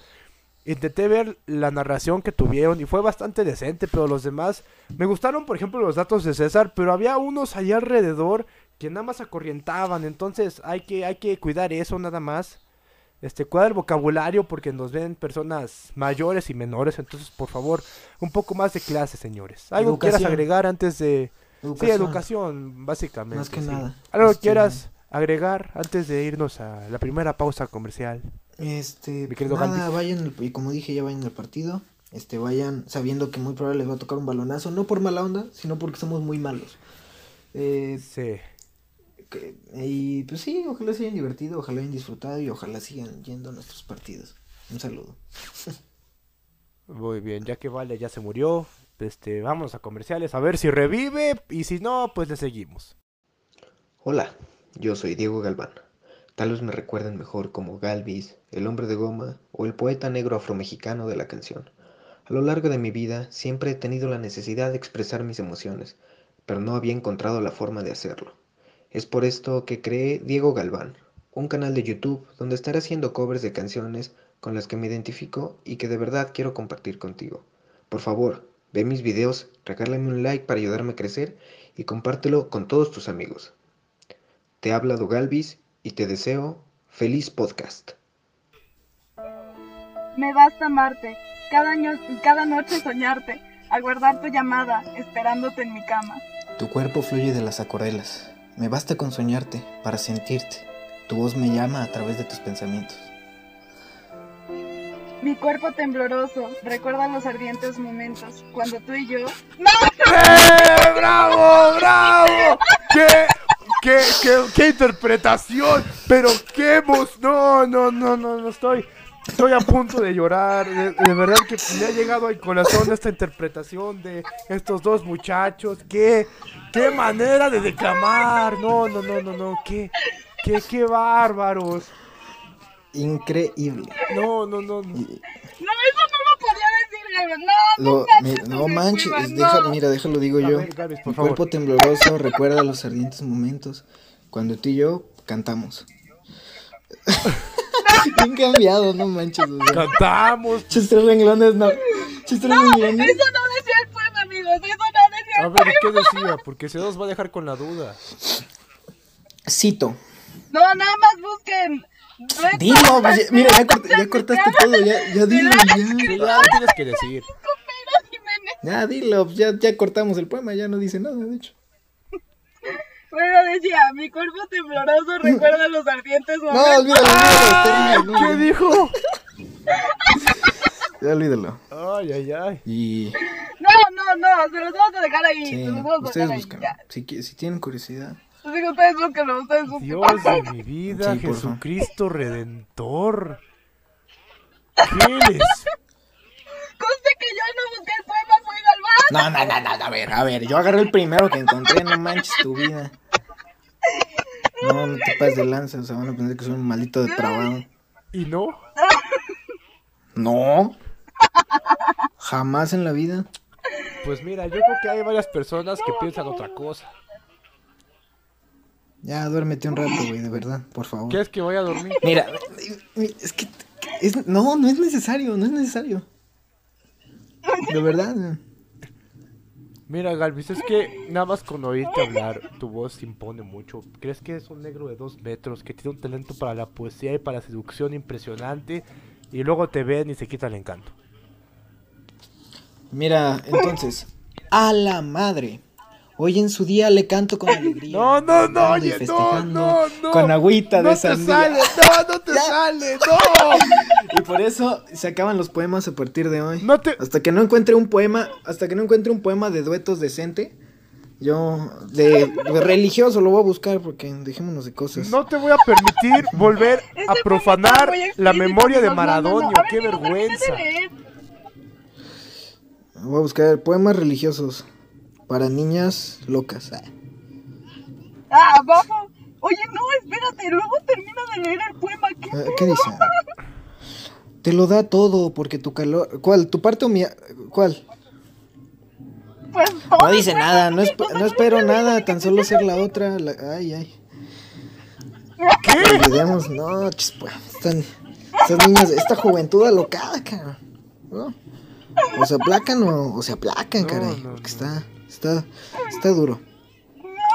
[SPEAKER 1] intenté ver la narración que tuvieron y fue bastante decente, pero los demás me gustaron, por ejemplo, los datos de César, pero había unos allá alrededor que nada más acorrientaban, entonces hay que hay que cuidar eso nada más. Este, cuidar el vocabulario porque nos ven personas mayores y menores, entonces por favor, un poco más de clase, señores. Algo que quieras
[SPEAKER 2] Educación.
[SPEAKER 1] agregar antes de Sí, educación básicamente.
[SPEAKER 2] Más que
[SPEAKER 1] sí.
[SPEAKER 2] nada.
[SPEAKER 1] Algo que
[SPEAKER 2] Este-
[SPEAKER 1] quieras agregar antes de irnos a la primera pausa comercial.
[SPEAKER 2] Este,
[SPEAKER 1] Mi querido
[SPEAKER 2] pues nada,
[SPEAKER 1] Gandhi.
[SPEAKER 2] vayan, al- y como dije, ya vayan al partido. Este, vayan sabiendo que muy probable les va a tocar un balonazo, no por mala onda, sino porque somos muy malos. Eh,
[SPEAKER 1] Sí.
[SPEAKER 2] que- y pues sí, ojalá se hayan divertido, ojalá hayan disfrutado y ojalá sigan yendo a nuestros partidos. Un saludo.
[SPEAKER 1] Muy bien, ya que Vale ya se murió, este, vamos a comerciales a ver si revive y si no, pues le seguimos.
[SPEAKER 4] Hola, yo soy Diego Galván. Tal vez me recuerden mejor como Galvis, el hombre de goma o el poeta negro afromexicano de la canción. A lo largo de mi vida siempre he tenido la necesidad de expresar mis emociones, pero no había encontrado la forma de hacerlo. Es por esto que creé Diego Galván, un canal de YouTube donde estaré haciendo covers de canciones con las que me identifico y que de verdad quiero compartir contigo. Por favor, ve mis videos, regálame un like para ayudarme a crecer y compártelo con todos tus amigos. Te ha hablado Galvis y te deseo feliz podcast.
[SPEAKER 3] Me basta amarte, cada, año, cada noche soñarte, aguardar tu llamada, esperándote en mi cama.
[SPEAKER 2] Tu cuerpo fluye de las acuarelas. Me basta con soñarte para sentirte. Tu voz me llama a través de tus pensamientos.
[SPEAKER 3] Mi cuerpo tembloroso recuerda los ardientes momentos cuando tú y yo.
[SPEAKER 1] ¡Eh! ¡Bravo, bravo! ¡Qué, qué, qué, qué interpretación! Pero qué voz. No, no, no, no, no estoy. Estoy a punto de llorar. De, de verdad que me ha llegado al corazón esta interpretación de estos dos muchachos. ¡Qué, qué manera de declamar! No, no, no, no, no. ¡Qué, qué, qué bárbaros!
[SPEAKER 2] Increíble.
[SPEAKER 1] No, no, no. no.
[SPEAKER 2] Y-
[SPEAKER 3] No, eso no lo podía decir Galván. No,
[SPEAKER 2] Lo-
[SPEAKER 3] no
[SPEAKER 2] mi-
[SPEAKER 3] manches.
[SPEAKER 2] no
[SPEAKER 3] me
[SPEAKER 2] manches,
[SPEAKER 3] descuivan,
[SPEAKER 2] deja-
[SPEAKER 3] no.
[SPEAKER 2] mira, déjalo digo
[SPEAKER 1] A
[SPEAKER 2] yo.
[SPEAKER 1] ver, Gaby, por
[SPEAKER 2] Mi
[SPEAKER 1] favor.
[SPEAKER 2] cuerpo tembloroso recuerda los ardientes momentos cuando tú y yo cantamos. Bien cambiado, no manches. o sea.
[SPEAKER 1] Cantamos.
[SPEAKER 2] Chis tres renglones, no. Chis tres renglones.
[SPEAKER 3] Eso no decía el poema, amigos. Eso no decía
[SPEAKER 1] A
[SPEAKER 3] el
[SPEAKER 1] ver,
[SPEAKER 3] poema.
[SPEAKER 1] ¿qué decía? Porque se nos va a dejar con la duda.
[SPEAKER 2] Cito.
[SPEAKER 3] No, nada más busquen. Red
[SPEAKER 2] Dilo,
[SPEAKER 3] Band
[SPEAKER 2] pues, ya- mira, ya, corta- ya cortaste todo, ya, ya dilo, ya.
[SPEAKER 1] Sí, ya lo tienes que decir.
[SPEAKER 3] con Pedro Jiménez.
[SPEAKER 2] Ya dilo, pues, ya, ya cortamos el poema, ya no dice nada, de hecho.
[SPEAKER 3] Bueno, decía, mi cuerpo tembloroso recuerda los ardientes
[SPEAKER 2] No,
[SPEAKER 3] momentos.
[SPEAKER 2] olvídalo, olvídalo, termina, no,
[SPEAKER 1] ¿Qué dijo?
[SPEAKER 2] ya, ya olvídalo.
[SPEAKER 1] Ay, ay, ay.
[SPEAKER 2] Y
[SPEAKER 3] No, no, no, se los vamos a dejar ahí.
[SPEAKER 2] sí,
[SPEAKER 3] se los pues, vamos a
[SPEAKER 2] ustedes
[SPEAKER 3] dejar
[SPEAKER 2] buscan.
[SPEAKER 3] ahí. ya.
[SPEAKER 2] Si, qui- si tienen curiosidad.
[SPEAKER 3] Así que ustedes búsquenlo, ustedes búsquenlo.
[SPEAKER 1] Dios de mi vida,
[SPEAKER 2] Sí, por favor.
[SPEAKER 1] Jesucristo Redentor. ¿Qué les
[SPEAKER 3] Conste que yo no busqué el poema, fue Galván.
[SPEAKER 2] No, no, no, no, a ver, a ver, yo agarré el primero que encontré, no manches tu vida. No, no te pases de lanza, o sea, van a pensar que soy un maldito depravado.
[SPEAKER 1] ¿Y no?
[SPEAKER 2] No. Jamás en la vida.
[SPEAKER 1] Pues mira, yo creo que hay varias personas que piensan otra cosa.
[SPEAKER 2] Ya, duérmete un rato, güey, de verdad, por favor.
[SPEAKER 1] ¿Quieres que vaya a dormir?
[SPEAKER 2] Mira, es que... es- no, no es necesario, no es necesario. De verdad. güey.
[SPEAKER 1] Mira, Galvis, es que nada más con oírte hablar, tu voz se impone mucho. ¿Crees que es un negro de dos metros que tiene un talento para la poesía y para la seducción impresionante? Y luego te ven y se quita el encanto.
[SPEAKER 2] Mira, entonces... A la madre. Hoy en su día le canto con alegría.
[SPEAKER 1] No, no, no,
[SPEAKER 2] cantando y
[SPEAKER 1] oye, no,
[SPEAKER 2] festejando
[SPEAKER 1] no, no.
[SPEAKER 2] Con agüita
[SPEAKER 1] no
[SPEAKER 2] de
[SPEAKER 1] te
[SPEAKER 2] sandía.
[SPEAKER 1] sale, no, no te
[SPEAKER 2] Ya.
[SPEAKER 1] sale, no.
[SPEAKER 2] Y por eso se acaban los poemas a partir de hoy.
[SPEAKER 1] No te.
[SPEAKER 2] Hasta que no encuentre un poema, hasta que no encuentre un poema de duetos decente, yo de, de religioso lo voy a buscar porque dejémonos de cosas.
[SPEAKER 1] No te voy a permitir volver a
[SPEAKER 3] Ese
[SPEAKER 1] profanar
[SPEAKER 3] poema está muy
[SPEAKER 1] la
[SPEAKER 3] explícito,
[SPEAKER 1] memoria de
[SPEAKER 3] amigos, no, no, no.
[SPEAKER 1] Maradonio.
[SPEAKER 3] A ver,
[SPEAKER 1] ¡Qué
[SPEAKER 3] amigos, terminen de
[SPEAKER 1] vergüenza!
[SPEAKER 3] leer.
[SPEAKER 2] Voy a buscar poemas religiosos para niñas locas. Ah.
[SPEAKER 3] Ah, abajo. Oye, no, espérate, luego termina de leer el poema. ¿Qué?
[SPEAKER 2] Ah, ¿Qué dice? Te lo da todo porque tu calor, ¿cuál? ¿Tu parte o mi? ¿Cuál?
[SPEAKER 3] Pues,
[SPEAKER 2] No dice nada, no, esp- no espero nada, tan solo ser la otra. la- Ay, ay.
[SPEAKER 1] ¿Qué?
[SPEAKER 2] Olvidemos, no, chis, pues, están, estas niñas, esta juventud alocada, cabrón. ¿no? O se aplacan o, o se aplacan,
[SPEAKER 1] No,
[SPEAKER 2] caray.
[SPEAKER 1] no,
[SPEAKER 2] porque
[SPEAKER 1] no.
[SPEAKER 2] está, está, está duro.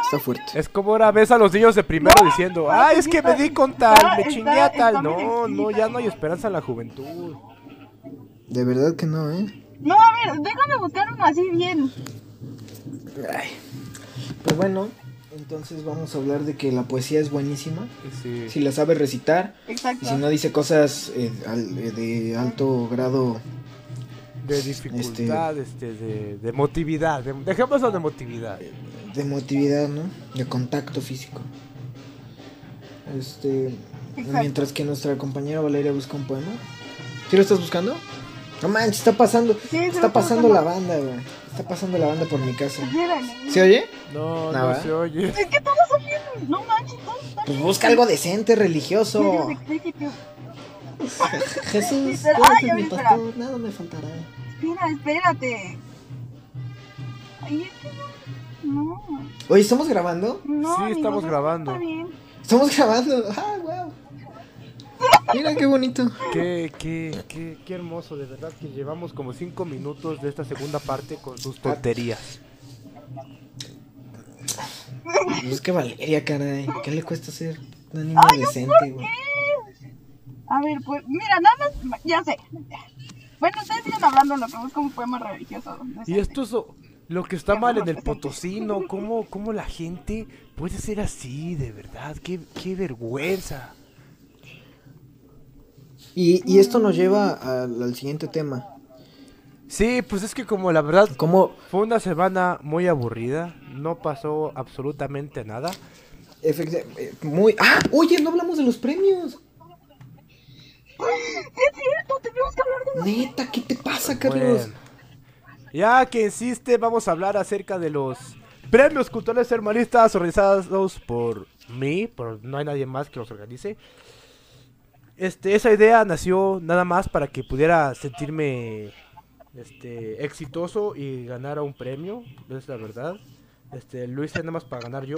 [SPEAKER 2] Está fuerte.
[SPEAKER 1] Es como ahora ves a los niños de primero diciendo, ay, es que me di con tal,
[SPEAKER 3] Está-
[SPEAKER 1] me
[SPEAKER 3] está-
[SPEAKER 1] chingué a
[SPEAKER 3] está
[SPEAKER 1] tal.
[SPEAKER 3] muy
[SPEAKER 1] No, no,
[SPEAKER 3] explícito.
[SPEAKER 1] ya no hay esperanza en la juventud.
[SPEAKER 2] De verdad que no, ¿eh?
[SPEAKER 3] No, a ver, déjame buscar uno así bien.
[SPEAKER 2] Ay. Pues bueno, entonces vamos a hablar de que la poesía es buenísima.
[SPEAKER 1] Sí.
[SPEAKER 2] Si la sabe recitar y
[SPEAKER 3] Exacto.
[SPEAKER 2] si no dice cosas eh, al- eh, de alto grado.
[SPEAKER 1] De dificultad, este, de, de emotividad. de- dejemos la de emotividad.
[SPEAKER 2] de emotividad, ¿no? De contacto físico. Este,
[SPEAKER 3] Exacto.
[SPEAKER 2] mientras que nuestra compañera Valeria busca un poema. ¿Sí lo estás buscando? No manches, está pasando,
[SPEAKER 3] sí, lo
[SPEAKER 2] está
[SPEAKER 3] estoy
[SPEAKER 2] pasando
[SPEAKER 3] buscando.
[SPEAKER 2] la banda, güey. Está pasando la banda por mi casa.
[SPEAKER 3] Espérale.
[SPEAKER 2] ¿Se oye?
[SPEAKER 1] No,
[SPEAKER 2] No,
[SPEAKER 1] no,
[SPEAKER 2] ¿verdad?
[SPEAKER 1] se oye.
[SPEAKER 3] Es que todos son bien. No manches, todos están
[SPEAKER 2] Pues busca algo decente, religioso.
[SPEAKER 3] bien explícitos.
[SPEAKER 2] Jesús,
[SPEAKER 3] Ay,
[SPEAKER 2] tú eres mi
[SPEAKER 3] ahorita.
[SPEAKER 2] pastor, nada me faltará.
[SPEAKER 3] Espera, espérate. Ay, es que no. No.
[SPEAKER 2] Oye, ¿estamos grabando?
[SPEAKER 3] no
[SPEAKER 1] Sí,
[SPEAKER 3] amigos,
[SPEAKER 1] estamos
[SPEAKER 3] eso
[SPEAKER 1] grabando.
[SPEAKER 3] Está bien.
[SPEAKER 2] Estamos grabando. Ah, wow. Mira qué bonito.
[SPEAKER 1] Qué, qué, qué, qué hermoso, de verdad que llevamos como cinco minutos de esta segunda parte con sus tonterías.
[SPEAKER 2] Pues que Valeria, caray. ¿Qué le cuesta ser un animal decente, güey?
[SPEAKER 3] A ver, pues, mira, nada más. Ya sé. Bueno, ustedes siguen hablando en lo que busco un poema religioso.
[SPEAKER 1] Y esto es lo- lo que está mal en el potosino. ¿Cómo, cómo la gente puede ser así, de verdad? Qué, qué vergüenza.
[SPEAKER 2] Y, y esto nos lleva al, al siguiente tema.
[SPEAKER 1] Sí, pues es que como la verdad
[SPEAKER 2] Como
[SPEAKER 1] Fue una semana muy aburrida, no pasó absolutamente nada.
[SPEAKER 2] efecti- eh, muy... ¡Ah! Oye, no hablamos de los premios.
[SPEAKER 3] Sí, es cierto, tenemos que hablar de.
[SPEAKER 2] Neta, ¿qué te pasa, Carlos?
[SPEAKER 1] Bueno, ya que insiste, vamos a hablar acerca de los premios culturales hermanistas organizados por mí, por no hay nadie más que los organice. Este, esa idea nació nada más para que pudiera sentirme este, exitoso y ganara un premio, es la verdad. Este, lo hice nada más para ganar yo.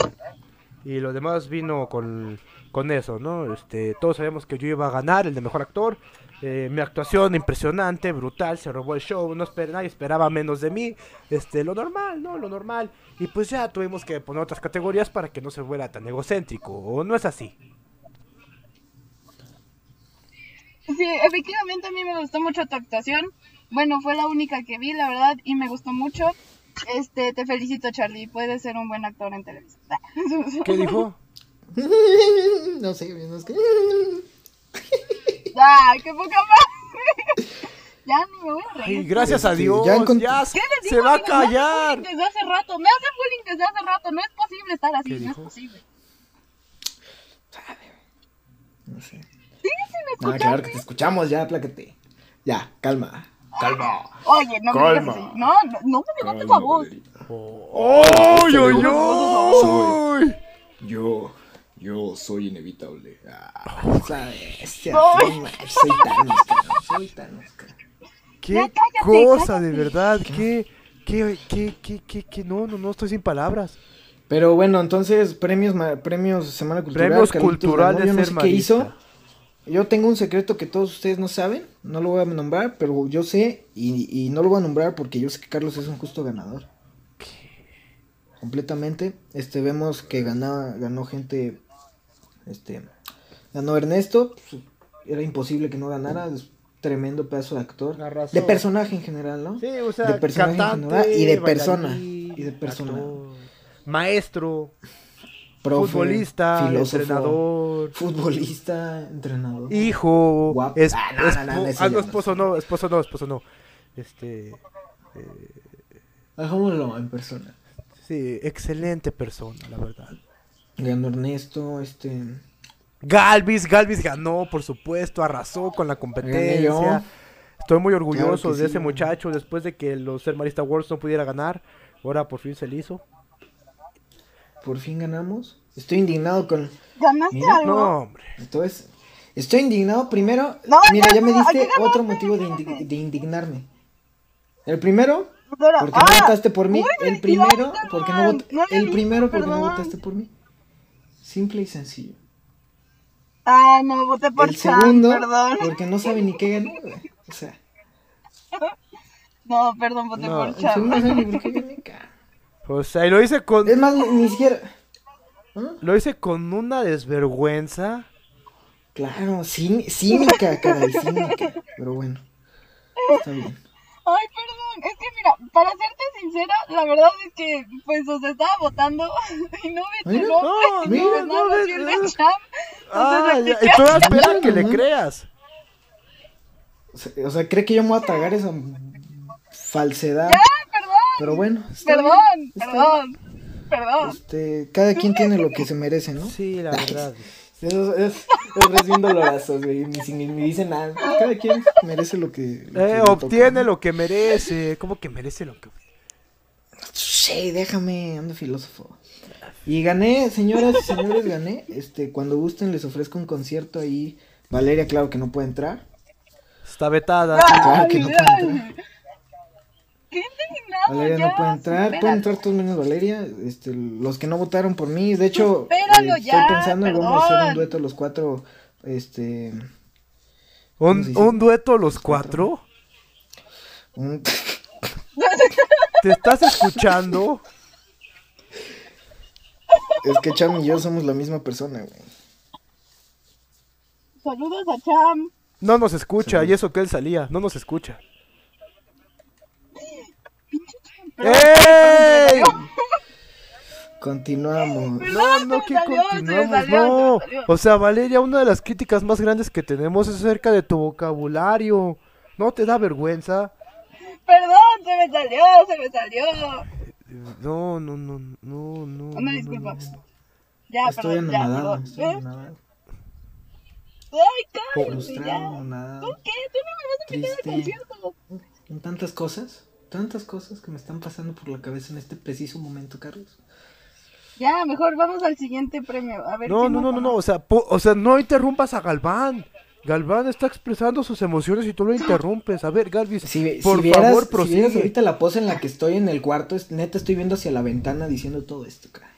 [SPEAKER 1] Y lo demás vino con, con eso, ¿no? Este, todos sabíamos que yo iba a ganar el de mejor actor. Eh, mi actuación impresionante, brutal, se robó el show, no esper- nadie esperaba menos de mí. Este, lo normal, ¿no? Lo normal. Y pues ya tuvimos que poner otras categorías para que no se fuera tan egocéntrico, ¿o no es así?
[SPEAKER 3] Sí, efectivamente a mí me gustó mucho tu actuación. Bueno, fue la única que vi, la verdad, y me gustó mucho. Este, te felicito, Charlie. Puedes ser un buen actor en televisión.
[SPEAKER 1] ¿Qué dijo?
[SPEAKER 2] No sé, güey, no es que.
[SPEAKER 3] ¡Ah, qué poca más! ya ni me voy a
[SPEAKER 1] Ay,
[SPEAKER 3] reír.
[SPEAKER 1] gracias a
[SPEAKER 2] Este,
[SPEAKER 1] Dios,
[SPEAKER 2] ya encont-
[SPEAKER 1] ya
[SPEAKER 3] ¿Qué les digo,
[SPEAKER 1] se va a
[SPEAKER 3] amigos? Me hacen
[SPEAKER 1] callar.
[SPEAKER 3] bullying Desde hace rato, me hacen bullying desde hace rato. No es posible estar así,
[SPEAKER 1] ¿Qué
[SPEAKER 3] no es
[SPEAKER 1] dijo?
[SPEAKER 3] posible.
[SPEAKER 2] No sé.
[SPEAKER 3] Sin
[SPEAKER 2] No,
[SPEAKER 3] escuchar-
[SPEAKER 2] Ah, claro que te escuchamos, ya, plácate. Ya, calma. Calma.
[SPEAKER 3] Oye, no me digas
[SPEAKER 2] Calma.
[SPEAKER 3] así. No, no, no me levantes la voz.
[SPEAKER 1] ¡Oy, oy,
[SPEAKER 2] Este,
[SPEAKER 1] oy!
[SPEAKER 2] Yo, yo soy inevitable. Ah, ¿sabes? Ya,
[SPEAKER 3] Soy.
[SPEAKER 2] no manches, soy Thanos, cabrón, soy Thanos, cabrón.
[SPEAKER 1] ¡Qué
[SPEAKER 3] Ya cállate,
[SPEAKER 1] cosa,
[SPEAKER 3] cállate.
[SPEAKER 1] de verdad! ¿Qué, qué, qué, qué, qué, qué? No, no, no, estoy sin palabras.
[SPEAKER 2] Pero bueno, entonces, premios, ma- premios Semana Cultural.
[SPEAKER 1] Premios
[SPEAKER 2] Carlitos
[SPEAKER 1] culturales
[SPEAKER 2] Ramón, yo no sé qué
[SPEAKER 1] hermanista.
[SPEAKER 2] hizo. Yo tengo un secreto que todos ustedes no saben, no lo voy a nombrar, pero yo sé y, y no lo voy a nombrar porque yo sé que Carlos es un justo ganador. Completamente. Este vemos que ganaba, ganó gente este ganó Ernesto, pues, era imposible que no ganara, es tremendo pedazo de actor,
[SPEAKER 1] Arrasó.
[SPEAKER 2] de personaje en general, ¿no?
[SPEAKER 1] Sí, o sea,
[SPEAKER 2] de personaje en
[SPEAKER 1] cantante,
[SPEAKER 2] general y de persona,
[SPEAKER 1] bailarín,
[SPEAKER 2] y de persona.
[SPEAKER 1] actor, maestro,
[SPEAKER 2] Profe,
[SPEAKER 1] futbolista,
[SPEAKER 2] filósofo,
[SPEAKER 1] entrenador,
[SPEAKER 2] futbolista, entrenador.
[SPEAKER 1] hijo,
[SPEAKER 2] Guapo.
[SPEAKER 1] es,
[SPEAKER 2] Ah, no, no, no,
[SPEAKER 1] espo-
[SPEAKER 2] eso
[SPEAKER 1] ah,
[SPEAKER 2] ya
[SPEAKER 1] no,
[SPEAKER 2] no.
[SPEAKER 1] esposo no, esposo no, esposo no. Este,
[SPEAKER 2] Hagámoslo en persona.
[SPEAKER 1] sí, excelente persona, la verdad.
[SPEAKER 2] Ganó Ernesto, este.
[SPEAKER 1] Galvis, Galvis ganó, por supuesto, arrasó con la
[SPEAKER 2] Gané yo.
[SPEAKER 1] competencia. Estoy muy orgulloso
[SPEAKER 2] Claro que
[SPEAKER 1] de ese
[SPEAKER 2] sí.
[SPEAKER 1] muchacho después de que los Hermanista Awards no pudiera ganar. Ahora por fin se le hizo.
[SPEAKER 2] Por fin ganamos. Estoy indignado con.
[SPEAKER 3] ¿Ganaste
[SPEAKER 2] Mira,
[SPEAKER 3] algo?
[SPEAKER 1] No, hombre.
[SPEAKER 2] Entonces, estoy indignado primero.
[SPEAKER 3] No,
[SPEAKER 2] Mira,
[SPEAKER 3] no,
[SPEAKER 2] ya me
[SPEAKER 3] no,
[SPEAKER 2] diste
[SPEAKER 3] aquí no,
[SPEAKER 2] otro
[SPEAKER 3] no,
[SPEAKER 2] motivo de,
[SPEAKER 3] no,
[SPEAKER 2] indi-
[SPEAKER 3] no.
[SPEAKER 2] de indignarme. El primero,
[SPEAKER 3] Pero-
[SPEAKER 2] porque no
[SPEAKER 3] ¡Ah!
[SPEAKER 2] votaste por mí.
[SPEAKER 3] Muy
[SPEAKER 2] El
[SPEAKER 3] bien,
[SPEAKER 2] primero,
[SPEAKER 3] Iván,
[SPEAKER 2] porque no vot-
[SPEAKER 3] no le
[SPEAKER 2] El
[SPEAKER 3] dije,
[SPEAKER 2] primero, porque no
[SPEAKER 3] perdón.
[SPEAKER 2] votaste por mí. Simple y sencillo.
[SPEAKER 3] Ah, no, voté por
[SPEAKER 2] El
[SPEAKER 3] Chan,
[SPEAKER 2] segundo,
[SPEAKER 3] perdón.
[SPEAKER 2] porque no sabe ni qué gané. güey. O sea,
[SPEAKER 3] No, perdón, voté
[SPEAKER 1] No,
[SPEAKER 3] por
[SPEAKER 2] el segundo no
[SPEAKER 3] Chan.
[SPEAKER 2] sabe ni por qué gané, cabrón.
[SPEAKER 1] O sea, y lo hice con,
[SPEAKER 2] Es más, ni siquiera. ¿Ah?
[SPEAKER 1] lo hice con una desvergüenza.
[SPEAKER 2] Claro, cín- cínica, caray, cínica. Pero bueno, está bien.
[SPEAKER 3] Ay, perdón, es que mira, para serte sincera, la verdad es que, pues, o sea, estaba votando y no vi tu
[SPEAKER 2] Mira,
[SPEAKER 1] no,
[SPEAKER 3] nombre, y
[SPEAKER 1] mira,
[SPEAKER 3] no
[SPEAKER 1] no
[SPEAKER 3] ganaba
[SPEAKER 1] ves,
[SPEAKER 3] si el
[SPEAKER 1] no.
[SPEAKER 3] de Chan.
[SPEAKER 1] Ah,
[SPEAKER 3] Entonces,
[SPEAKER 1] ya, y todavía espera que le
[SPEAKER 2] Ujú.
[SPEAKER 1] creas.
[SPEAKER 2] O sea, o sea, cree que yo me voy a tragar esa falsedad.
[SPEAKER 3] ya, perdón,
[SPEAKER 2] Pero bueno, está
[SPEAKER 3] perdón,
[SPEAKER 2] bien, está
[SPEAKER 3] perdón, perdón.
[SPEAKER 2] bien. Este, cada quien tiene lo que se merece, ¿no?
[SPEAKER 1] Sí, la verdad.
[SPEAKER 2] Eso es, es recién dolorazos, güey. Ni, si- ni me dicen nada. Cada quien merece lo que. lo que
[SPEAKER 1] Eh,
[SPEAKER 2] le toca,
[SPEAKER 1] obtiene
[SPEAKER 2] ¿no?
[SPEAKER 1] lo que merece. ¿Cómo que merece lo que
[SPEAKER 2] Sí, déjame, ando filósofo. Y gané, señoras y señores, gané. Este, cuando gusten les ofrezco un concierto ahí. Valeria, claro que no puede entrar.
[SPEAKER 1] Está vetada.
[SPEAKER 2] Claro que no puede
[SPEAKER 3] Ay,
[SPEAKER 2] entrar.
[SPEAKER 3] Qué indignado,
[SPEAKER 2] Valeria
[SPEAKER 3] ya,
[SPEAKER 2] no puede entrar,
[SPEAKER 3] supéralo.
[SPEAKER 2] puede entrar todos menos Valeria, este, los que no votaron por mí, de hecho, eh,
[SPEAKER 3] Supéralo ya,
[SPEAKER 2] estoy pensando en vamos a hacer
[SPEAKER 3] perdón.
[SPEAKER 2] un dueto los cuatro, este, ¿Cómo se
[SPEAKER 1] Un,
[SPEAKER 2] dice?
[SPEAKER 1] un dueto los cuatro.
[SPEAKER 2] un-
[SPEAKER 1] ¿Te estás escuchando?
[SPEAKER 2] es que Cham y yo somos la misma persona, güey.
[SPEAKER 3] Saludos a Cham.
[SPEAKER 1] No nos escucha, y eso que él salía, no nos escucha. ¡Ey!
[SPEAKER 2] Continuamos.
[SPEAKER 1] No,
[SPEAKER 3] Perdón,
[SPEAKER 1] no,
[SPEAKER 3] se
[SPEAKER 1] que
[SPEAKER 3] me salió, se me
[SPEAKER 1] continuamos,
[SPEAKER 3] salió,
[SPEAKER 1] no.
[SPEAKER 3] se me salió.
[SPEAKER 1] O sea, Valeria, una de las críticas más grandes que tenemos es acerca de tu vocabulario. ¿No te da vergüenza?
[SPEAKER 3] Perdón, se me salió, se me salió.
[SPEAKER 1] No, no, no, no, no. no, no,
[SPEAKER 3] Una disculpa.
[SPEAKER 1] no.
[SPEAKER 3] Ya,
[SPEAKER 2] Estoy
[SPEAKER 3] perdón, ya,
[SPEAKER 2] anonadado,
[SPEAKER 3] perdón.
[SPEAKER 2] estoy anonadado,
[SPEAKER 3] Ay, cállate,
[SPEAKER 2] frustrado,
[SPEAKER 3] ya. ¿Tú
[SPEAKER 2] anonadado,
[SPEAKER 3] qué? Tú no me vas a meter al
[SPEAKER 2] Triste.
[SPEAKER 3] concierto.
[SPEAKER 2] con tantas cosas, tantas cosas que me están pasando por la cabeza en este preciso momento, Carlos.
[SPEAKER 3] Ya, mejor vamos al siguiente premio. A ver.
[SPEAKER 1] No,
[SPEAKER 3] ¿quién
[SPEAKER 1] no,
[SPEAKER 3] nos
[SPEAKER 1] no, no,
[SPEAKER 3] ganó?
[SPEAKER 1] no, o sea, po- o sea, no interrumpas a Galván. Galván está expresando sus emociones y tú lo interrumpes. A ver, Galvis,
[SPEAKER 2] Si,
[SPEAKER 1] por
[SPEAKER 2] si vieras,
[SPEAKER 1] favor,
[SPEAKER 2] si vieras
[SPEAKER 1] prosigue.
[SPEAKER 2] ahorita la pose en la que estoy en el cuarto, es, neta estoy viendo hacia la ventana diciendo todo esto, cara.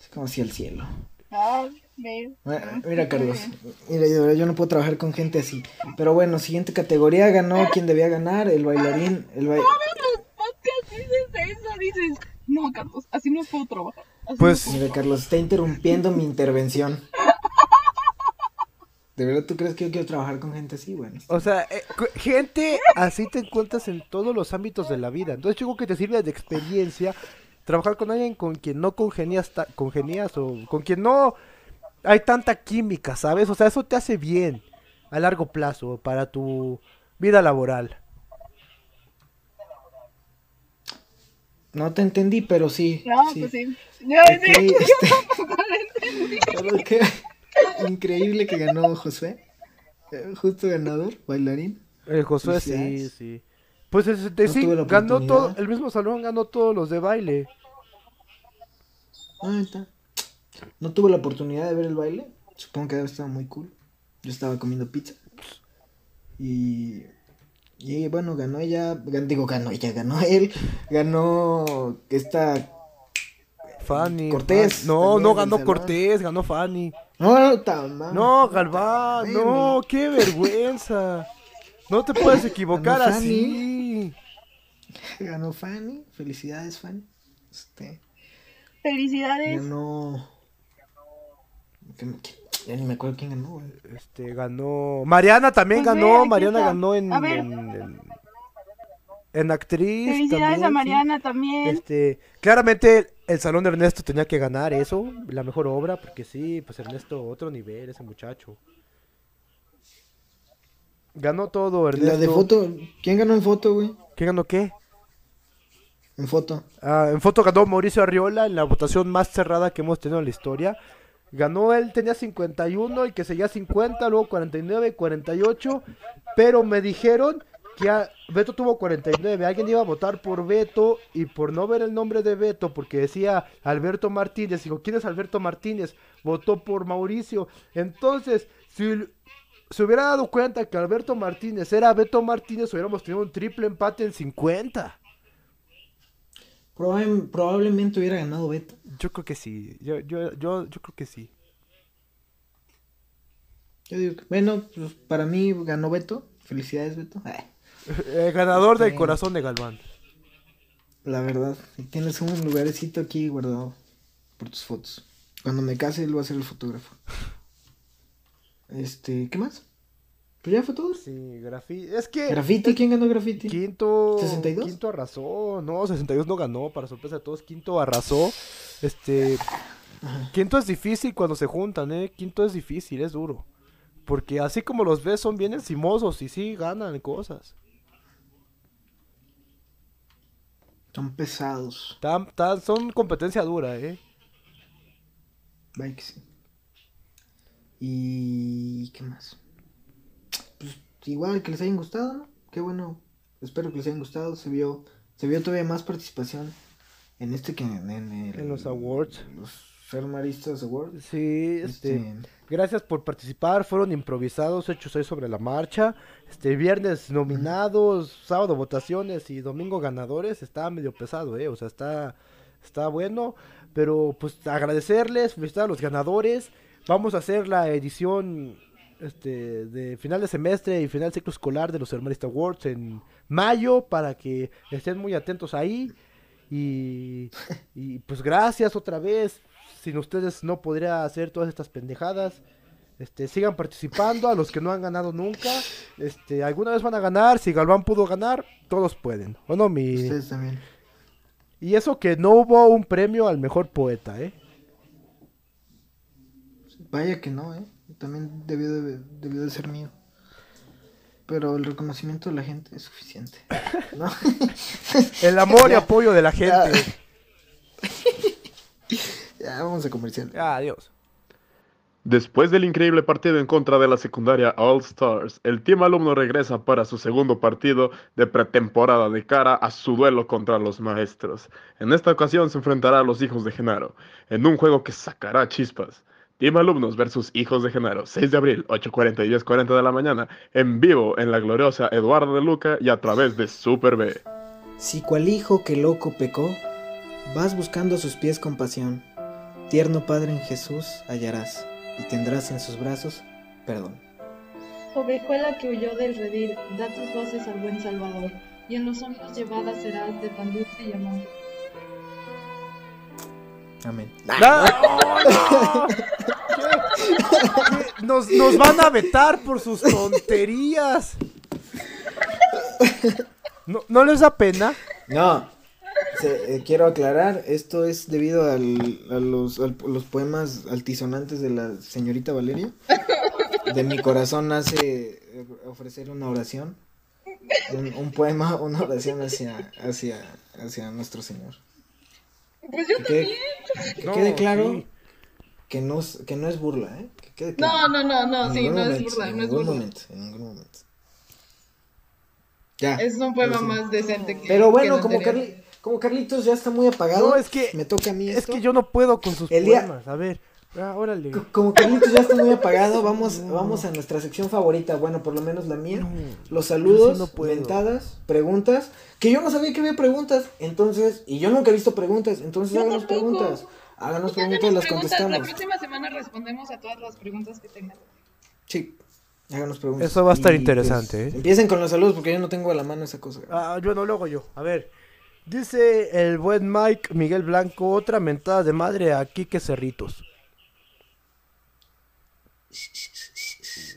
[SPEAKER 2] Es como hacia el cielo.
[SPEAKER 3] Ah, ve.
[SPEAKER 2] Mira, mira, Carlos, mira, yo, yo no puedo trabajar con gente así. Pero bueno, siguiente categoría ganó quien debía ganar, el bailarín, el bai-
[SPEAKER 3] Todos los podcasts dices eso, dices, no, Carlos, así no puedo trabajar. así
[SPEAKER 1] Pues-
[SPEAKER 2] Mira, Carlos, está interrumpiendo mi intervención. ¿De verdad tú crees que yo quiero trabajar con gente así? Bueno.
[SPEAKER 1] O sea, eh, cu- gente así te encuentras en todos los ámbitos de la vida. Entonces, yo creo que te sirve de experiencia trabajar con alguien con quien no congenias, ta- congenias o con quien no hay tanta química, ¿sabes? O sea, eso te hace bien a largo plazo para tu vida laboral.
[SPEAKER 2] No te entendí, pero sí.
[SPEAKER 3] no, no,
[SPEAKER 2] sí.
[SPEAKER 3] pues sí. Yo
[SPEAKER 2] Ok,
[SPEAKER 3] sí.
[SPEAKER 2] este, pero qué increíble que ganó Josué. Eh, Justo ganador, bailarín.
[SPEAKER 1] El Eh, Josué, sí,
[SPEAKER 2] Felicidades.
[SPEAKER 1] sí. Pues el 65
[SPEAKER 2] tuve la
[SPEAKER 1] ganó todo,
[SPEAKER 2] oportunidad.
[SPEAKER 1] el mismo salón ganó todos los de baile.
[SPEAKER 2] Ah, ahí está. No tuve la oportunidad de ver el baile. Supongo que debe estar muy cool. Yo estaba comiendo pizza. Y. Y bueno, ganó ella. gan- digo, ganó ella, ganó él. Ganó esta.
[SPEAKER 1] Fanny.
[SPEAKER 2] Cortés,
[SPEAKER 1] Fan- No,
[SPEAKER 2] también
[SPEAKER 1] no
[SPEAKER 2] del
[SPEAKER 1] ganó
[SPEAKER 2] salón. Ah,
[SPEAKER 1] Cortés, ganó Fanny.
[SPEAKER 2] No, tan mal.
[SPEAKER 1] No, Galván,
[SPEAKER 2] Ay,
[SPEAKER 1] no, qué vergüenza. No te puedes equivocar
[SPEAKER 2] Ganó
[SPEAKER 1] así.
[SPEAKER 2] Ganó Fanny. Felicidades, Fanny. Este.
[SPEAKER 3] Felicidades.
[SPEAKER 2] Ganó. ¿Quién- quién? Ya ni me acuerdo quién ganó, güey.
[SPEAKER 1] Este, ganó. Mariana también
[SPEAKER 3] Pues ve,
[SPEAKER 1] ganó,
[SPEAKER 3] aquí
[SPEAKER 1] Mariana
[SPEAKER 3] está.
[SPEAKER 1] ganó en,
[SPEAKER 3] A ver.
[SPEAKER 1] en, en- en actriz.
[SPEAKER 3] Felicidades
[SPEAKER 1] también,
[SPEAKER 3] a
[SPEAKER 1] sí.
[SPEAKER 3] Mariana también.
[SPEAKER 1] Este, claramente el Salón de Ernesto tenía que ganar eso, la mejor obra, porque sí, pues Ernesto, otro nivel, ese muchacho. Ganó todo, Ernesto.
[SPEAKER 2] La de foto. ¿Quién ganó en foto, güey?
[SPEAKER 1] ¿Quién ganó qué?
[SPEAKER 2] En foto.
[SPEAKER 1] Ah, en foto ganó Mauricio Arriola en la votación más cerrada que hemos tenido en la historia. Ganó él, tenía 51, el que seguía 50, luego 49, 48. Pero me dijeron que a- Beto tuvo 49. Alguien iba a votar por Beto y por no ver el nombre de Beto, porque decía Alberto Martínez. Dijo, ¿quién es Alberto Martínez? Votó por Mauricio. Entonces, si se hubiera dado cuenta que Alberto Martínez era Beto Martínez, hubiéramos tenido un triple empate en 50.
[SPEAKER 2] Probable- probablemente hubiera ganado Beto.
[SPEAKER 1] Yo creo que sí, yo, yo, yo, yo creo que sí.
[SPEAKER 2] Yo digo, que- bueno, pues para mí ganó Beto. Felicidades, Beto. Ay,
[SPEAKER 1] Eh, ganador del
[SPEAKER 2] Sí.
[SPEAKER 1] corazón de Galván.
[SPEAKER 2] la verdad, tienes un lugarcito aquí guardado por tus fotos. Cuando me case, él va a ser el fotógrafo. Este, ¿qué más? Pues ya fue todo.
[SPEAKER 1] Sí, graffiti. Es que
[SPEAKER 2] Graffiti, ¿quién ganó Graffiti?
[SPEAKER 1] Quinto,
[SPEAKER 2] 62?
[SPEAKER 1] Quinto arrasó. No, 62 no ganó, para sorpresa de todos. Quinto arrasó. Este. Quinto es difícil cuando se juntan, ¿eh? Quinto es difícil, es duro. Porque así como los ves, son bien encimosos y sí ganan cosas.
[SPEAKER 2] Son pesados.
[SPEAKER 1] Tan, tan, son competencia dura, ¿eh?
[SPEAKER 2] Vaya que sí. Y qué más. Pues igual que les hayan gustado, ¿no? Qué bueno. Espero que les hayan gustado. Se vio, se vio todavía más participación en este que en, en el-
[SPEAKER 1] En los awards.
[SPEAKER 2] Los Fermaristas Awards.
[SPEAKER 1] Sí, este.
[SPEAKER 2] Este,
[SPEAKER 1] Gracias por participar, fueron improvisados, hechos ahí sobre la marcha. Este viernes nominados, sábado votaciones y domingo ganadores, está medio pesado, eh, o sea, está está bueno, pero pues agradecerles, felicitar a los ganadores. Vamos a hacer la edición este de final de semestre y final de ciclo escolar de los Hermanista Awards en mayo para que estén muy atentos ahí. Y, y, pues gracias otra vez. Sin ustedes no podría hacer todas estas pendejadas. Este, sigan participando a los que no han ganado nunca. Este, alguna vez van a ganar. Si Galván pudo ganar, todos pueden. ¿O no, mi?
[SPEAKER 2] Ustedes también.
[SPEAKER 1] Y eso que no hubo un premio al mejor poeta, ¿eh?
[SPEAKER 2] Vaya que no, ¿eh? También debió de, debió de ser mío. Pero el reconocimiento de la gente es suficiente. ¿No?
[SPEAKER 1] El amor y apoyo de la
[SPEAKER 2] Ya.
[SPEAKER 1] gente.
[SPEAKER 2] ya, vamos a comercial.
[SPEAKER 1] Adiós.
[SPEAKER 5] Después del increíble partido en contra de la secundaria All Stars, el Team Alumno regresa para su segundo partido de pretemporada de cara a su duelo contra los maestros. En esta ocasión se enfrentará a los hijos de Genaro, en un juego que sacará chispas. Team Alumnos versus Hijos de Genaro, 6 de abril, 8.40 y 10.40 de la mañana, en vivo en la gloriosa Eduardo de Luca y a través de Super B.
[SPEAKER 2] Si cual hijo que loco pecó, vas buscando a sus pies con pasión. Tierno Padre en Jesús hallarás y tendrás en sus brazos perdón.
[SPEAKER 6] Ovejuela que huyó del redil, da tus voces al buen Salvador, y en los hombros llevada serás de pan dulce y amor.
[SPEAKER 2] Amén.
[SPEAKER 1] ¡No! ¡No! ¿Qué? Nos, nos van a vetar por sus tonterías. ¿No, ¿no les da pena?
[SPEAKER 2] No. se- eh, quiero aclarar, esto es debido al- a los, al- los poemas altisonantes de la señorita Valeria. De mi corazón nace eh, ofrecer una oración. Un, un poema, una oración hacia, hacia, hacia nuestro Señor.
[SPEAKER 3] Pues yo
[SPEAKER 2] Que quede, que
[SPEAKER 1] No,
[SPEAKER 2] quede claro
[SPEAKER 1] sí.
[SPEAKER 2] que, no, es- que no es burla, ¿eh? Que quede
[SPEAKER 3] No,
[SPEAKER 2] claro.
[SPEAKER 3] no, no, no,
[SPEAKER 2] En
[SPEAKER 3] sí,
[SPEAKER 2] ningún
[SPEAKER 3] no es
[SPEAKER 2] momento,
[SPEAKER 3] burla,
[SPEAKER 2] en
[SPEAKER 3] no es
[SPEAKER 2] ningún
[SPEAKER 3] burla.
[SPEAKER 2] momento, en ningún momento. Ya.
[SPEAKER 3] Es un poema
[SPEAKER 2] sí.
[SPEAKER 3] más decente que.
[SPEAKER 2] Pero
[SPEAKER 3] que
[SPEAKER 2] bueno,
[SPEAKER 3] el
[SPEAKER 2] como,
[SPEAKER 3] anterior.
[SPEAKER 2] Carli- como Carlitos ya está muy apagado,
[SPEAKER 1] No, es que-
[SPEAKER 2] me toca a mí
[SPEAKER 1] Es
[SPEAKER 2] esto.
[SPEAKER 1] que yo no puedo con sus
[SPEAKER 2] El día-
[SPEAKER 1] poemas. A ver, ah, órale.
[SPEAKER 2] C- Como Carlitos ya está muy apagado, vamos, vamos a nuestra sección favorita, bueno, por lo menos la mía. Los
[SPEAKER 1] sí
[SPEAKER 2] saludos,
[SPEAKER 1] no puedo.
[SPEAKER 2] ventadas, preguntas, que yo no sabía que había preguntas, entonces, y yo nunca he visto preguntas, entonces
[SPEAKER 6] Yo
[SPEAKER 2] háganos
[SPEAKER 6] tampoco.
[SPEAKER 2] preguntas, háganos
[SPEAKER 6] Ya
[SPEAKER 2] preguntas,
[SPEAKER 6] tenemos
[SPEAKER 2] las
[SPEAKER 6] preguntas, la
[SPEAKER 2] contestamos.
[SPEAKER 6] próxima semana respondemos a todas las preguntas que tengan.
[SPEAKER 2] Sí, háganos preguntas.
[SPEAKER 1] Eso va a estar
[SPEAKER 2] Y, pues,
[SPEAKER 1] interesante, ¿eh?
[SPEAKER 2] Empiecen con los saludos porque yo no tengo a la mano esa cosa.
[SPEAKER 1] Ah, yo no lo hago yo. A ver. Dice el buen Mike Miguel Blanco, otra mentada de madre a Quique Cerritos.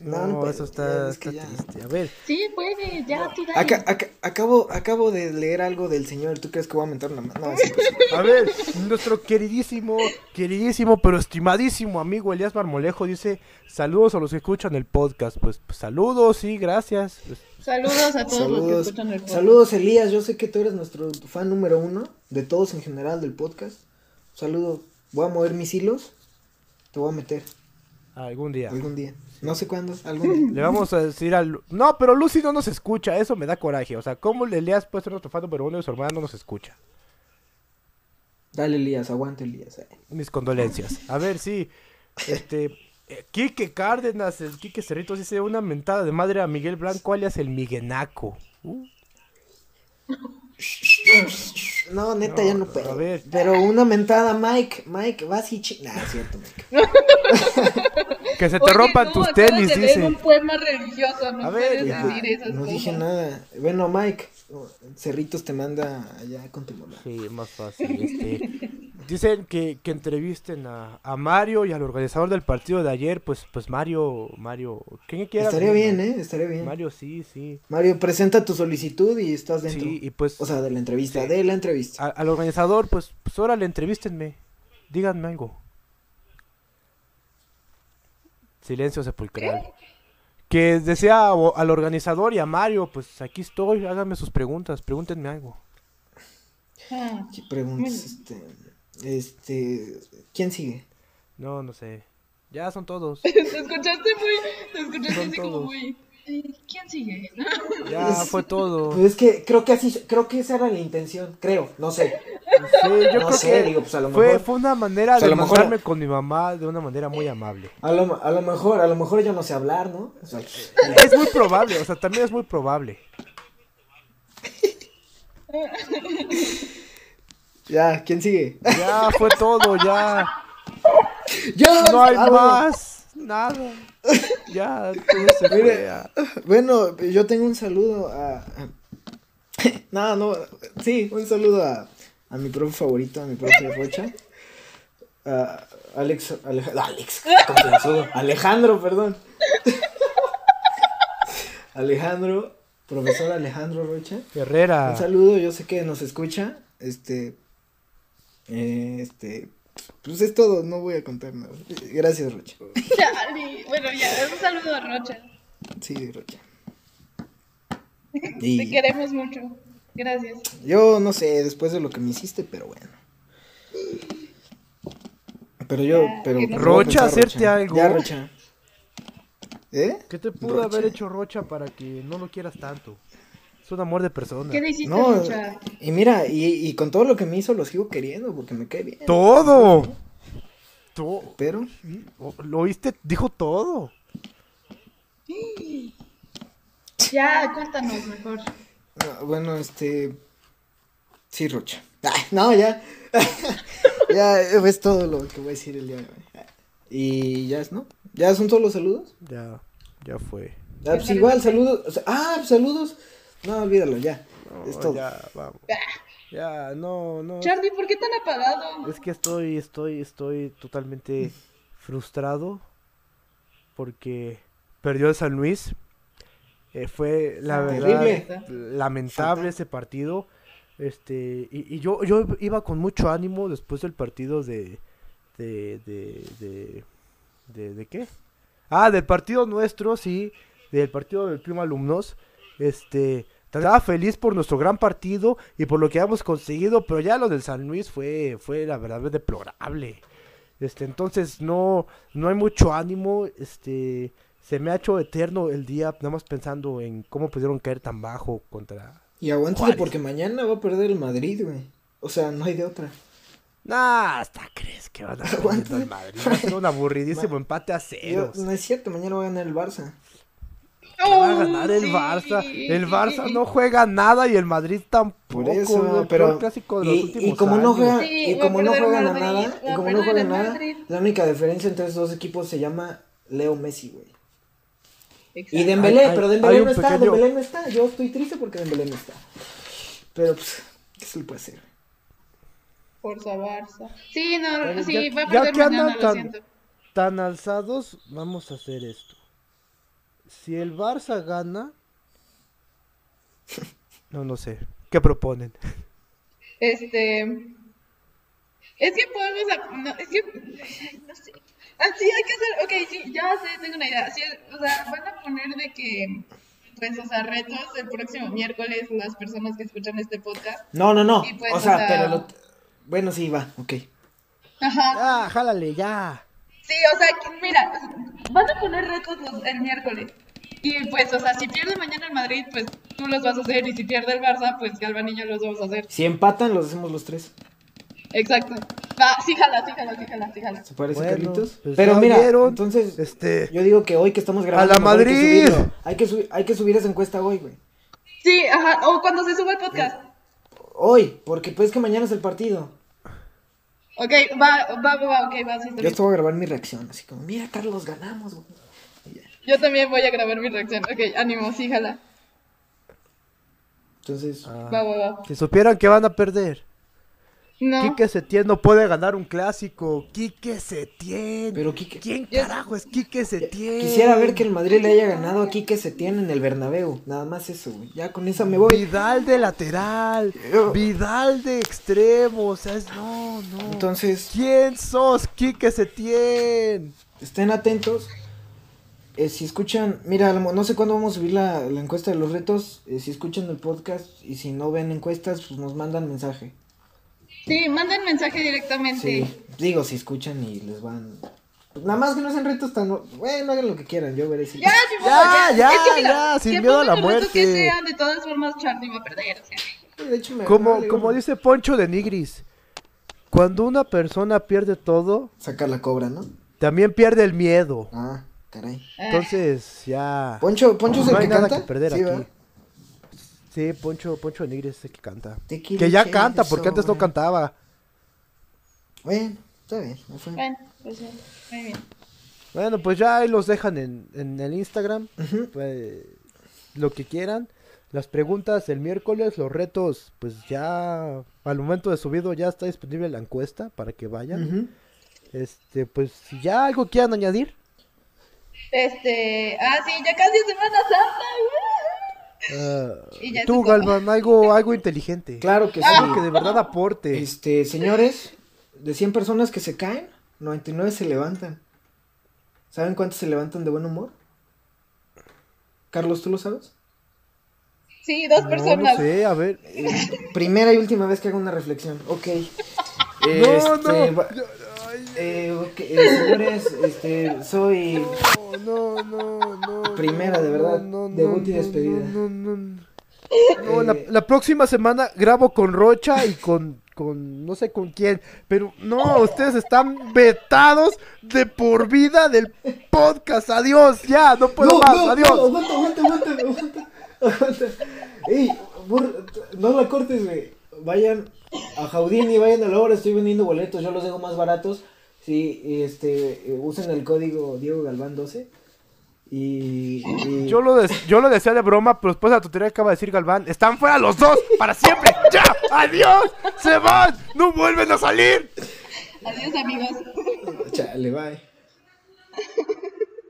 [SPEAKER 1] No,
[SPEAKER 2] puede-
[SPEAKER 1] eso está,
[SPEAKER 2] es que
[SPEAKER 1] está
[SPEAKER 2] ya.
[SPEAKER 1] triste. A ver,
[SPEAKER 6] Sí, puede, ya, tú dale.
[SPEAKER 2] Aca- aca- acabo, acabo de leer algo del señor, ¿tú crees que voy a mentar la mano? No, sí, pues.
[SPEAKER 1] a ver, nuestro queridísimo, queridísimo, pero estimadísimo amigo Elías Marmolejo dice, saludos a los que escuchan el podcast. Pues, pues, saludos, sí, gracias. Pues,
[SPEAKER 3] Saludos a todos los que
[SPEAKER 2] Saludos,
[SPEAKER 3] escuchan el podcast.
[SPEAKER 2] saludos Elías, yo sé que tú eres nuestro fan número uno, de todos en general del podcast. Saludo, voy a mover mis hilos, te voy a meter
[SPEAKER 1] algún día.
[SPEAKER 2] algún día. No sé cuándo, algún día.
[SPEAKER 1] Le vamos a decir al... No, pero Lucy no nos escucha, eso me da coraje. O sea, ¿cómo le Elías puede ser nuestro fan número uno y su hermana no nos escucha?
[SPEAKER 2] Dale Elías, aguanta Elías. eh.
[SPEAKER 1] Mis condolencias. A ver, sí. Este. eh, Quique Cárdenas, el Quique Cerritos dice una mentada de madre a Miguel Blanco alias el Miguenaco. Uh,
[SPEAKER 2] No, neta,
[SPEAKER 1] No,
[SPEAKER 2] ya no
[SPEAKER 1] a
[SPEAKER 2] puedo.
[SPEAKER 1] ver.
[SPEAKER 2] Pero una mentada, Mike, Mike, vas y chi... Nah, es cierto, Mike.
[SPEAKER 1] que se te
[SPEAKER 3] Oye,
[SPEAKER 1] rompan
[SPEAKER 3] no,
[SPEAKER 1] tus
[SPEAKER 3] acabas de
[SPEAKER 1] tenis,
[SPEAKER 3] leer
[SPEAKER 1] dice.
[SPEAKER 3] un poema religioso, no
[SPEAKER 1] A ver,
[SPEAKER 3] puedes
[SPEAKER 1] ya,
[SPEAKER 3] decir esas
[SPEAKER 2] pues, no
[SPEAKER 3] cosas.
[SPEAKER 2] dije nada. Bueno, Mike, Cerritos te manda allá con tu mamá.
[SPEAKER 1] Sí, más fácil. Este. Dicen que, que entrevisten a, a Mario y al organizador del partido de ayer. Pues, pues Mario, Mario, ¿quién quiera?
[SPEAKER 2] Estaría bien, ¿eh? Estaría bien. Mario,
[SPEAKER 1] Mario, sí, sí.
[SPEAKER 2] presenta tu solicitud y estás dentro.
[SPEAKER 1] Sí, y pues
[SPEAKER 2] O sea, de la entrevista,
[SPEAKER 1] Sí.
[SPEAKER 2] de la entrevista.
[SPEAKER 1] a- al organizador, pues, pues órale, entrevístenme. Díganme algo. Silencio sepulcral. Que decía a- al organizador y a Mario, pues aquí estoy, háganme sus preguntas, pregúntenme algo.
[SPEAKER 6] Ah,
[SPEAKER 2] ¿Qué preguntas? Este, este, ¿quién sigue?
[SPEAKER 1] No, no sé. Ya son todos.
[SPEAKER 3] Te escuchaste muy, te escuchaste
[SPEAKER 1] Son
[SPEAKER 3] así como
[SPEAKER 1] todos.
[SPEAKER 3] muy. "Eh, ¿Quién sigue?
[SPEAKER 1] Ya fue todo.
[SPEAKER 2] Pues es que creo que así, creo que esa era la intención, creo, no sé.
[SPEAKER 1] Sí, yo
[SPEAKER 2] no
[SPEAKER 1] creo
[SPEAKER 2] sé,
[SPEAKER 1] que
[SPEAKER 2] digo, pues a lo
[SPEAKER 1] fue,
[SPEAKER 2] mejor-
[SPEAKER 1] fue una manera
[SPEAKER 2] O sea, a
[SPEAKER 1] de
[SPEAKER 2] lo mejor-
[SPEAKER 1] mandarme con mi mamá de una manera muy amable.
[SPEAKER 2] A lo, a lo mejor, a lo mejor yo no sé hablar, ¿no? O sea,
[SPEAKER 1] Es muy probable, o sea, también es muy probable.
[SPEAKER 2] ya, ¿quién sigue?
[SPEAKER 1] Ya fue todo, ya.
[SPEAKER 2] ¡Ya!
[SPEAKER 1] No hay
[SPEAKER 2] Ah, bueno.
[SPEAKER 1] más, nada. Ya, todo se fue,
[SPEAKER 2] Mire.
[SPEAKER 1] ya.
[SPEAKER 2] Bueno, yo tengo un saludo a... a- No, no, sí, un saludo a, a mi profe favorito, a mi profe Rocha. A Alex, Alex, Alex, confianzudo. Alejandro, perdón. Alejandro, profesor Alejandro Rocha.
[SPEAKER 1] Herrera.
[SPEAKER 2] Un saludo, yo sé que nos escucha. Este, eh, este, pues es todo, no voy a contar nada. Gracias, Rocha.
[SPEAKER 3] Chale. Bueno, ya, un saludo a Rocha.
[SPEAKER 2] Sí, Rocha.
[SPEAKER 3] Te
[SPEAKER 2] Y-
[SPEAKER 3] queremos mucho. Gracias.
[SPEAKER 2] Yo no sé, después de lo que me hiciste, pero bueno. Pero yo, pero.
[SPEAKER 3] que no-
[SPEAKER 1] Rocha,
[SPEAKER 2] pensar,
[SPEAKER 1] hacerte algo.
[SPEAKER 2] Ya, Rocha. ¿Eh?
[SPEAKER 1] ¿Qué te pudo
[SPEAKER 2] Rocha.
[SPEAKER 1] haber hecho Rocha para que no lo quieras tanto? Es un amor de persona.
[SPEAKER 3] ¿Qué le hiciste,
[SPEAKER 2] No, eh.
[SPEAKER 3] Rocha?
[SPEAKER 2] y mira, y, y con todo lo que me hizo lo sigo queriendo porque me cae bien.
[SPEAKER 1] ¡Todo! Tú,
[SPEAKER 2] Pero
[SPEAKER 1] ¿Lo oíste? Dijo todo.
[SPEAKER 3] Ya, cuéntanos mejor.
[SPEAKER 2] Ah, Bueno, este. Sí, Rocha. Ah, no, ya. ya eh, es todo lo que voy a decir el día de hoy. Ah, Y ya es, ¿no? ¿Ya son todos los saludos?
[SPEAKER 1] Ya, ya fue.
[SPEAKER 2] Ah, pues igual, saludos. o sea, Ah, pues, saludos. No, olvídalo, ya.
[SPEAKER 1] No,
[SPEAKER 2] es todo.
[SPEAKER 1] Oh, Ya, vamos. Ya, no, no.
[SPEAKER 3] Charlie, ¿por qué tan apagado?
[SPEAKER 1] Es que estoy, estoy, estoy totalmente frustrado porque perdió el San Luis. Eh, fue la verdad
[SPEAKER 2] Terrible.
[SPEAKER 1] lamentable ese partido. Este, y, y yo, yo iba con mucho ánimo después del partido de de, de, de, de- ¿de qué? Ah, del partido nuestro, sí, del partido del Primo Alumnos. Este, estaba feliz por nuestro gran partido y por lo que habíamos conseguido, pero ya lo del San Luis fue, fue la verdad deplorable. Este, entonces no, no hay mucho ánimo, este, se me ha hecho eterno el día, nada más pensando en cómo pudieron caer tan bajo contra...
[SPEAKER 2] Y aguántale
[SPEAKER 1] Juárez.
[SPEAKER 2] porque mañana va a perder el Madrid, güey. O sea, no hay de otra.
[SPEAKER 1] Nah, hasta crees que van a perder al Madrid. Va a ser un aburridísimo empate a
[SPEAKER 2] Yo-
[SPEAKER 1] ceros.
[SPEAKER 2] no es cierto, mañana va a ganar el Barça.
[SPEAKER 1] Va a
[SPEAKER 3] ¡Oh,
[SPEAKER 1] ganar el Barça. El Barça no juega nada y el Madrid tampoco.
[SPEAKER 2] Por eso,
[SPEAKER 1] güey, el
[SPEAKER 2] pero-
[SPEAKER 1] peor clásico de los
[SPEAKER 2] y, y
[SPEAKER 1] últimos
[SPEAKER 2] como no
[SPEAKER 1] años.
[SPEAKER 2] juegan,
[SPEAKER 3] Sí,
[SPEAKER 2] y
[SPEAKER 3] va a
[SPEAKER 2] como no
[SPEAKER 3] perder
[SPEAKER 2] juegan a
[SPEAKER 3] Madrid,
[SPEAKER 2] nada,
[SPEAKER 3] va
[SPEAKER 2] y
[SPEAKER 3] a
[SPEAKER 2] como no
[SPEAKER 3] perder
[SPEAKER 2] juegan a
[SPEAKER 3] el
[SPEAKER 2] nada,
[SPEAKER 3] Madrid.
[SPEAKER 2] la única diferencia entre esos dos equipos se llama Leo Messi, güey. Y
[SPEAKER 7] Exacto.
[SPEAKER 2] Dembélé,
[SPEAKER 1] Hay-
[SPEAKER 2] pero
[SPEAKER 1] hay-
[SPEAKER 2] Dembélé
[SPEAKER 1] hay
[SPEAKER 2] no
[SPEAKER 1] un
[SPEAKER 2] está,
[SPEAKER 1] pequeño-
[SPEAKER 2] Dembélé no está. Yo estoy triste porque Dembélé no está. Pero pues, ¿qué se le puede hacer?
[SPEAKER 3] Forza Barça. Sí, no,
[SPEAKER 1] Pero
[SPEAKER 3] sí,
[SPEAKER 1] ya-
[SPEAKER 3] va a
[SPEAKER 1] ya
[SPEAKER 3] perder
[SPEAKER 1] que andan
[SPEAKER 3] mañana, lo
[SPEAKER 1] tan-
[SPEAKER 3] siento.
[SPEAKER 1] Tan alzados, vamos a hacer esto. Si el Barça gana. No, no sé. ¿Qué proponen?
[SPEAKER 3] Este. Es que podemos. a- No, es que. No sé. Así hay que hacer. Ok, sí, ya sé, tengo una idea. Sí, o sea, van a poner de que. Pues, o sea, retos el próximo miércoles las personas que escuchan este podcast.
[SPEAKER 2] No, no, no.
[SPEAKER 3] Y pues,
[SPEAKER 2] o sea,
[SPEAKER 3] o sea-
[SPEAKER 2] pero lo- Bueno, sí, va, ok.
[SPEAKER 3] Ajá.
[SPEAKER 1] Ah, jálale, ya.
[SPEAKER 3] Sí, o sea, que- mira, van a poner retos los- el miércoles. Y pues, o sea, si pierde mañana el Madrid, pues tú los vas a hacer. Y si pierde el Barça, pues Galván y yo los vamos a hacer.
[SPEAKER 2] Si empatan, los hacemos los tres.
[SPEAKER 3] Exacto. Va, sí, jala, sí, jala, sí, jala, sí, jala.
[SPEAKER 2] ¿Se parece,
[SPEAKER 1] Bueno,
[SPEAKER 2] Carlitos?
[SPEAKER 1] pues
[SPEAKER 2] pero
[SPEAKER 1] ya
[SPEAKER 2] mira,
[SPEAKER 1] vieron,
[SPEAKER 2] entonces, eh,
[SPEAKER 1] Este.
[SPEAKER 2] yo digo que hoy que estamos grabando.
[SPEAKER 1] la
[SPEAKER 2] mejor Hay
[SPEAKER 1] Madrid!
[SPEAKER 2] que, subirlo. hay, que subi- hay que subir esa encuesta hoy, güey.
[SPEAKER 3] Sí, ajá. O cuando se suba el podcast.
[SPEAKER 2] Hoy, porque pues que mañana es el partido.
[SPEAKER 3] Ok, va, va, va, va, ok, va, sí, está
[SPEAKER 2] Yo
[SPEAKER 3] bien.
[SPEAKER 2] esto voy a grabar mi reacción, así como, mira, Carlos, ganamos, güey.
[SPEAKER 3] Yo también voy a grabar mi reacción. Ok, ánimo, sí, jala.
[SPEAKER 2] Entonces,
[SPEAKER 1] Ah.
[SPEAKER 3] Va, va, va.
[SPEAKER 1] Si supieran que van a perder.
[SPEAKER 3] No.
[SPEAKER 1] Quique Setién no puede ganar un clásico. Quique Setién.
[SPEAKER 2] pero Quique,
[SPEAKER 1] ¿Quién
[SPEAKER 3] Yo-
[SPEAKER 1] carajo es Quique Setién?
[SPEAKER 2] quisiera ver que el Madrid le haya ganado aquí que se tiene en el Bernabéu. Nada más eso, güey. Ya con esa me voy.
[SPEAKER 1] Vidal de lateral,
[SPEAKER 2] Yo-
[SPEAKER 1] Vidal de extremo, o sea, es- no, no.
[SPEAKER 2] Entonces,
[SPEAKER 1] ¿Quién sos, Quique Setién?
[SPEAKER 2] estén atentos. Eh, si escuchan, mira, a lo mo- no sé cuándo vamos a subir la, la encuesta de los retos. Eh, si escuchan el podcast y si no ven encuestas, pues nos mandan mensaje.
[SPEAKER 3] Sí, manden mensaje directamente.
[SPEAKER 2] Sí. Digo, si escuchan y les van... pues, Nada más que no sean retos tan... Bueno, hagan lo que quieran, yo veré si...
[SPEAKER 3] Ya, ni modo,
[SPEAKER 1] Ya, ya,
[SPEAKER 3] Es que mira,
[SPEAKER 1] ya, sin
[SPEAKER 3] que
[SPEAKER 1] miedo a
[SPEAKER 3] pongan
[SPEAKER 1] la
[SPEAKER 3] los retos que
[SPEAKER 1] muerte.
[SPEAKER 3] sean, de todas formas, Charlie va a perder. o sea. eh,
[SPEAKER 2] De hecho, me- me
[SPEAKER 1] Como,
[SPEAKER 2] vale
[SPEAKER 1] como
[SPEAKER 2] gorro.
[SPEAKER 1] dice Poncho de Nigris, cuando una persona pierde todo,
[SPEAKER 2] Sacar la cobra, ¿no?
[SPEAKER 1] también pierde el miedo.
[SPEAKER 2] Ah, caray.
[SPEAKER 3] Eh.
[SPEAKER 1] Entonces, ya.
[SPEAKER 2] Poncho, Poncho es el
[SPEAKER 1] No hay
[SPEAKER 2] que
[SPEAKER 1] nada
[SPEAKER 2] canta.
[SPEAKER 1] que perder
[SPEAKER 2] Sí,
[SPEAKER 1] aquí.
[SPEAKER 2] ¿verdad?
[SPEAKER 1] Sí, Poncho, Poncho de Nigris es el que canta.
[SPEAKER 2] Te quiero
[SPEAKER 1] Que ya
[SPEAKER 2] echar
[SPEAKER 1] canta,
[SPEAKER 2] de
[SPEAKER 1] porque antes no
[SPEAKER 2] sobra.
[SPEAKER 1] cantaba.
[SPEAKER 2] Bueno, está bien, no fue.
[SPEAKER 3] Bueno, pues sí, muy bien.
[SPEAKER 1] Bueno, pues ya ahí los dejan en, en el Instagram.
[SPEAKER 2] Ujú.
[SPEAKER 1] pues, lo que quieran. Las preguntas el miércoles, los retos, pues ya al momento de subido ya está disponible la encuesta para que vayan.
[SPEAKER 2] Ujú.
[SPEAKER 1] Este, pues si ya algo quieran añadir.
[SPEAKER 3] Este. Ah, sí, ya casi es Semana Santa.
[SPEAKER 1] ah,
[SPEAKER 3] Y ya
[SPEAKER 1] tú,
[SPEAKER 3] supongo.
[SPEAKER 1] Galván, algo, algo inteligente.
[SPEAKER 2] Claro que sí.
[SPEAKER 1] Algo
[SPEAKER 3] Ah.
[SPEAKER 1] que de verdad aporte.
[SPEAKER 2] Este, señores, de 100 personas que se caen, 99 se levantan. ¿Saben cuántos se levantan de buen humor? Carlos, ¿tú lo sabes?
[SPEAKER 3] Sí, dos
[SPEAKER 1] No,
[SPEAKER 3] personas.
[SPEAKER 1] no sé, a ver.
[SPEAKER 2] Primera y última vez que hago una reflexión. Ok. Este,
[SPEAKER 1] no, no.
[SPEAKER 2] va- eh, ok, eh, señores, este, soy
[SPEAKER 1] No, no, no.
[SPEAKER 2] Primera, de verdad, debut y despedida. eh,
[SPEAKER 1] no, no, no. No, la, la próxima semana grabo con Rocha y con con no sé con quién, pero no, ustedes están vetados de por vida del podcast. Adiós, ya, no puedo
[SPEAKER 2] no,
[SPEAKER 1] más,
[SPEAKER 2] no,
[SPEAKER 1] adiós.
[SPEAKER 2] no, aguanta, aguanta, aguanta, aguanta, aguanta. Ey, borra- no la cortes, güey. Vayan a Jaudini, vayan a la obra, estoy vendiendo boletos, yo los dejo más baratos. Sí, este, eh, usen el código Diego Galván 12. Y, y-
[SPEAKER 1] Yo lo, des- yo lo decía de broma, pero después de la tontería que acaba de decir Galván, están fuera los dos para siempre. ¡Ya! ¡Adiós! ¡Se van! ¡No vuelven a salir!
[SPEAKER 6] Adiós, amigos.
[SPEAKER 2] Chale, bye.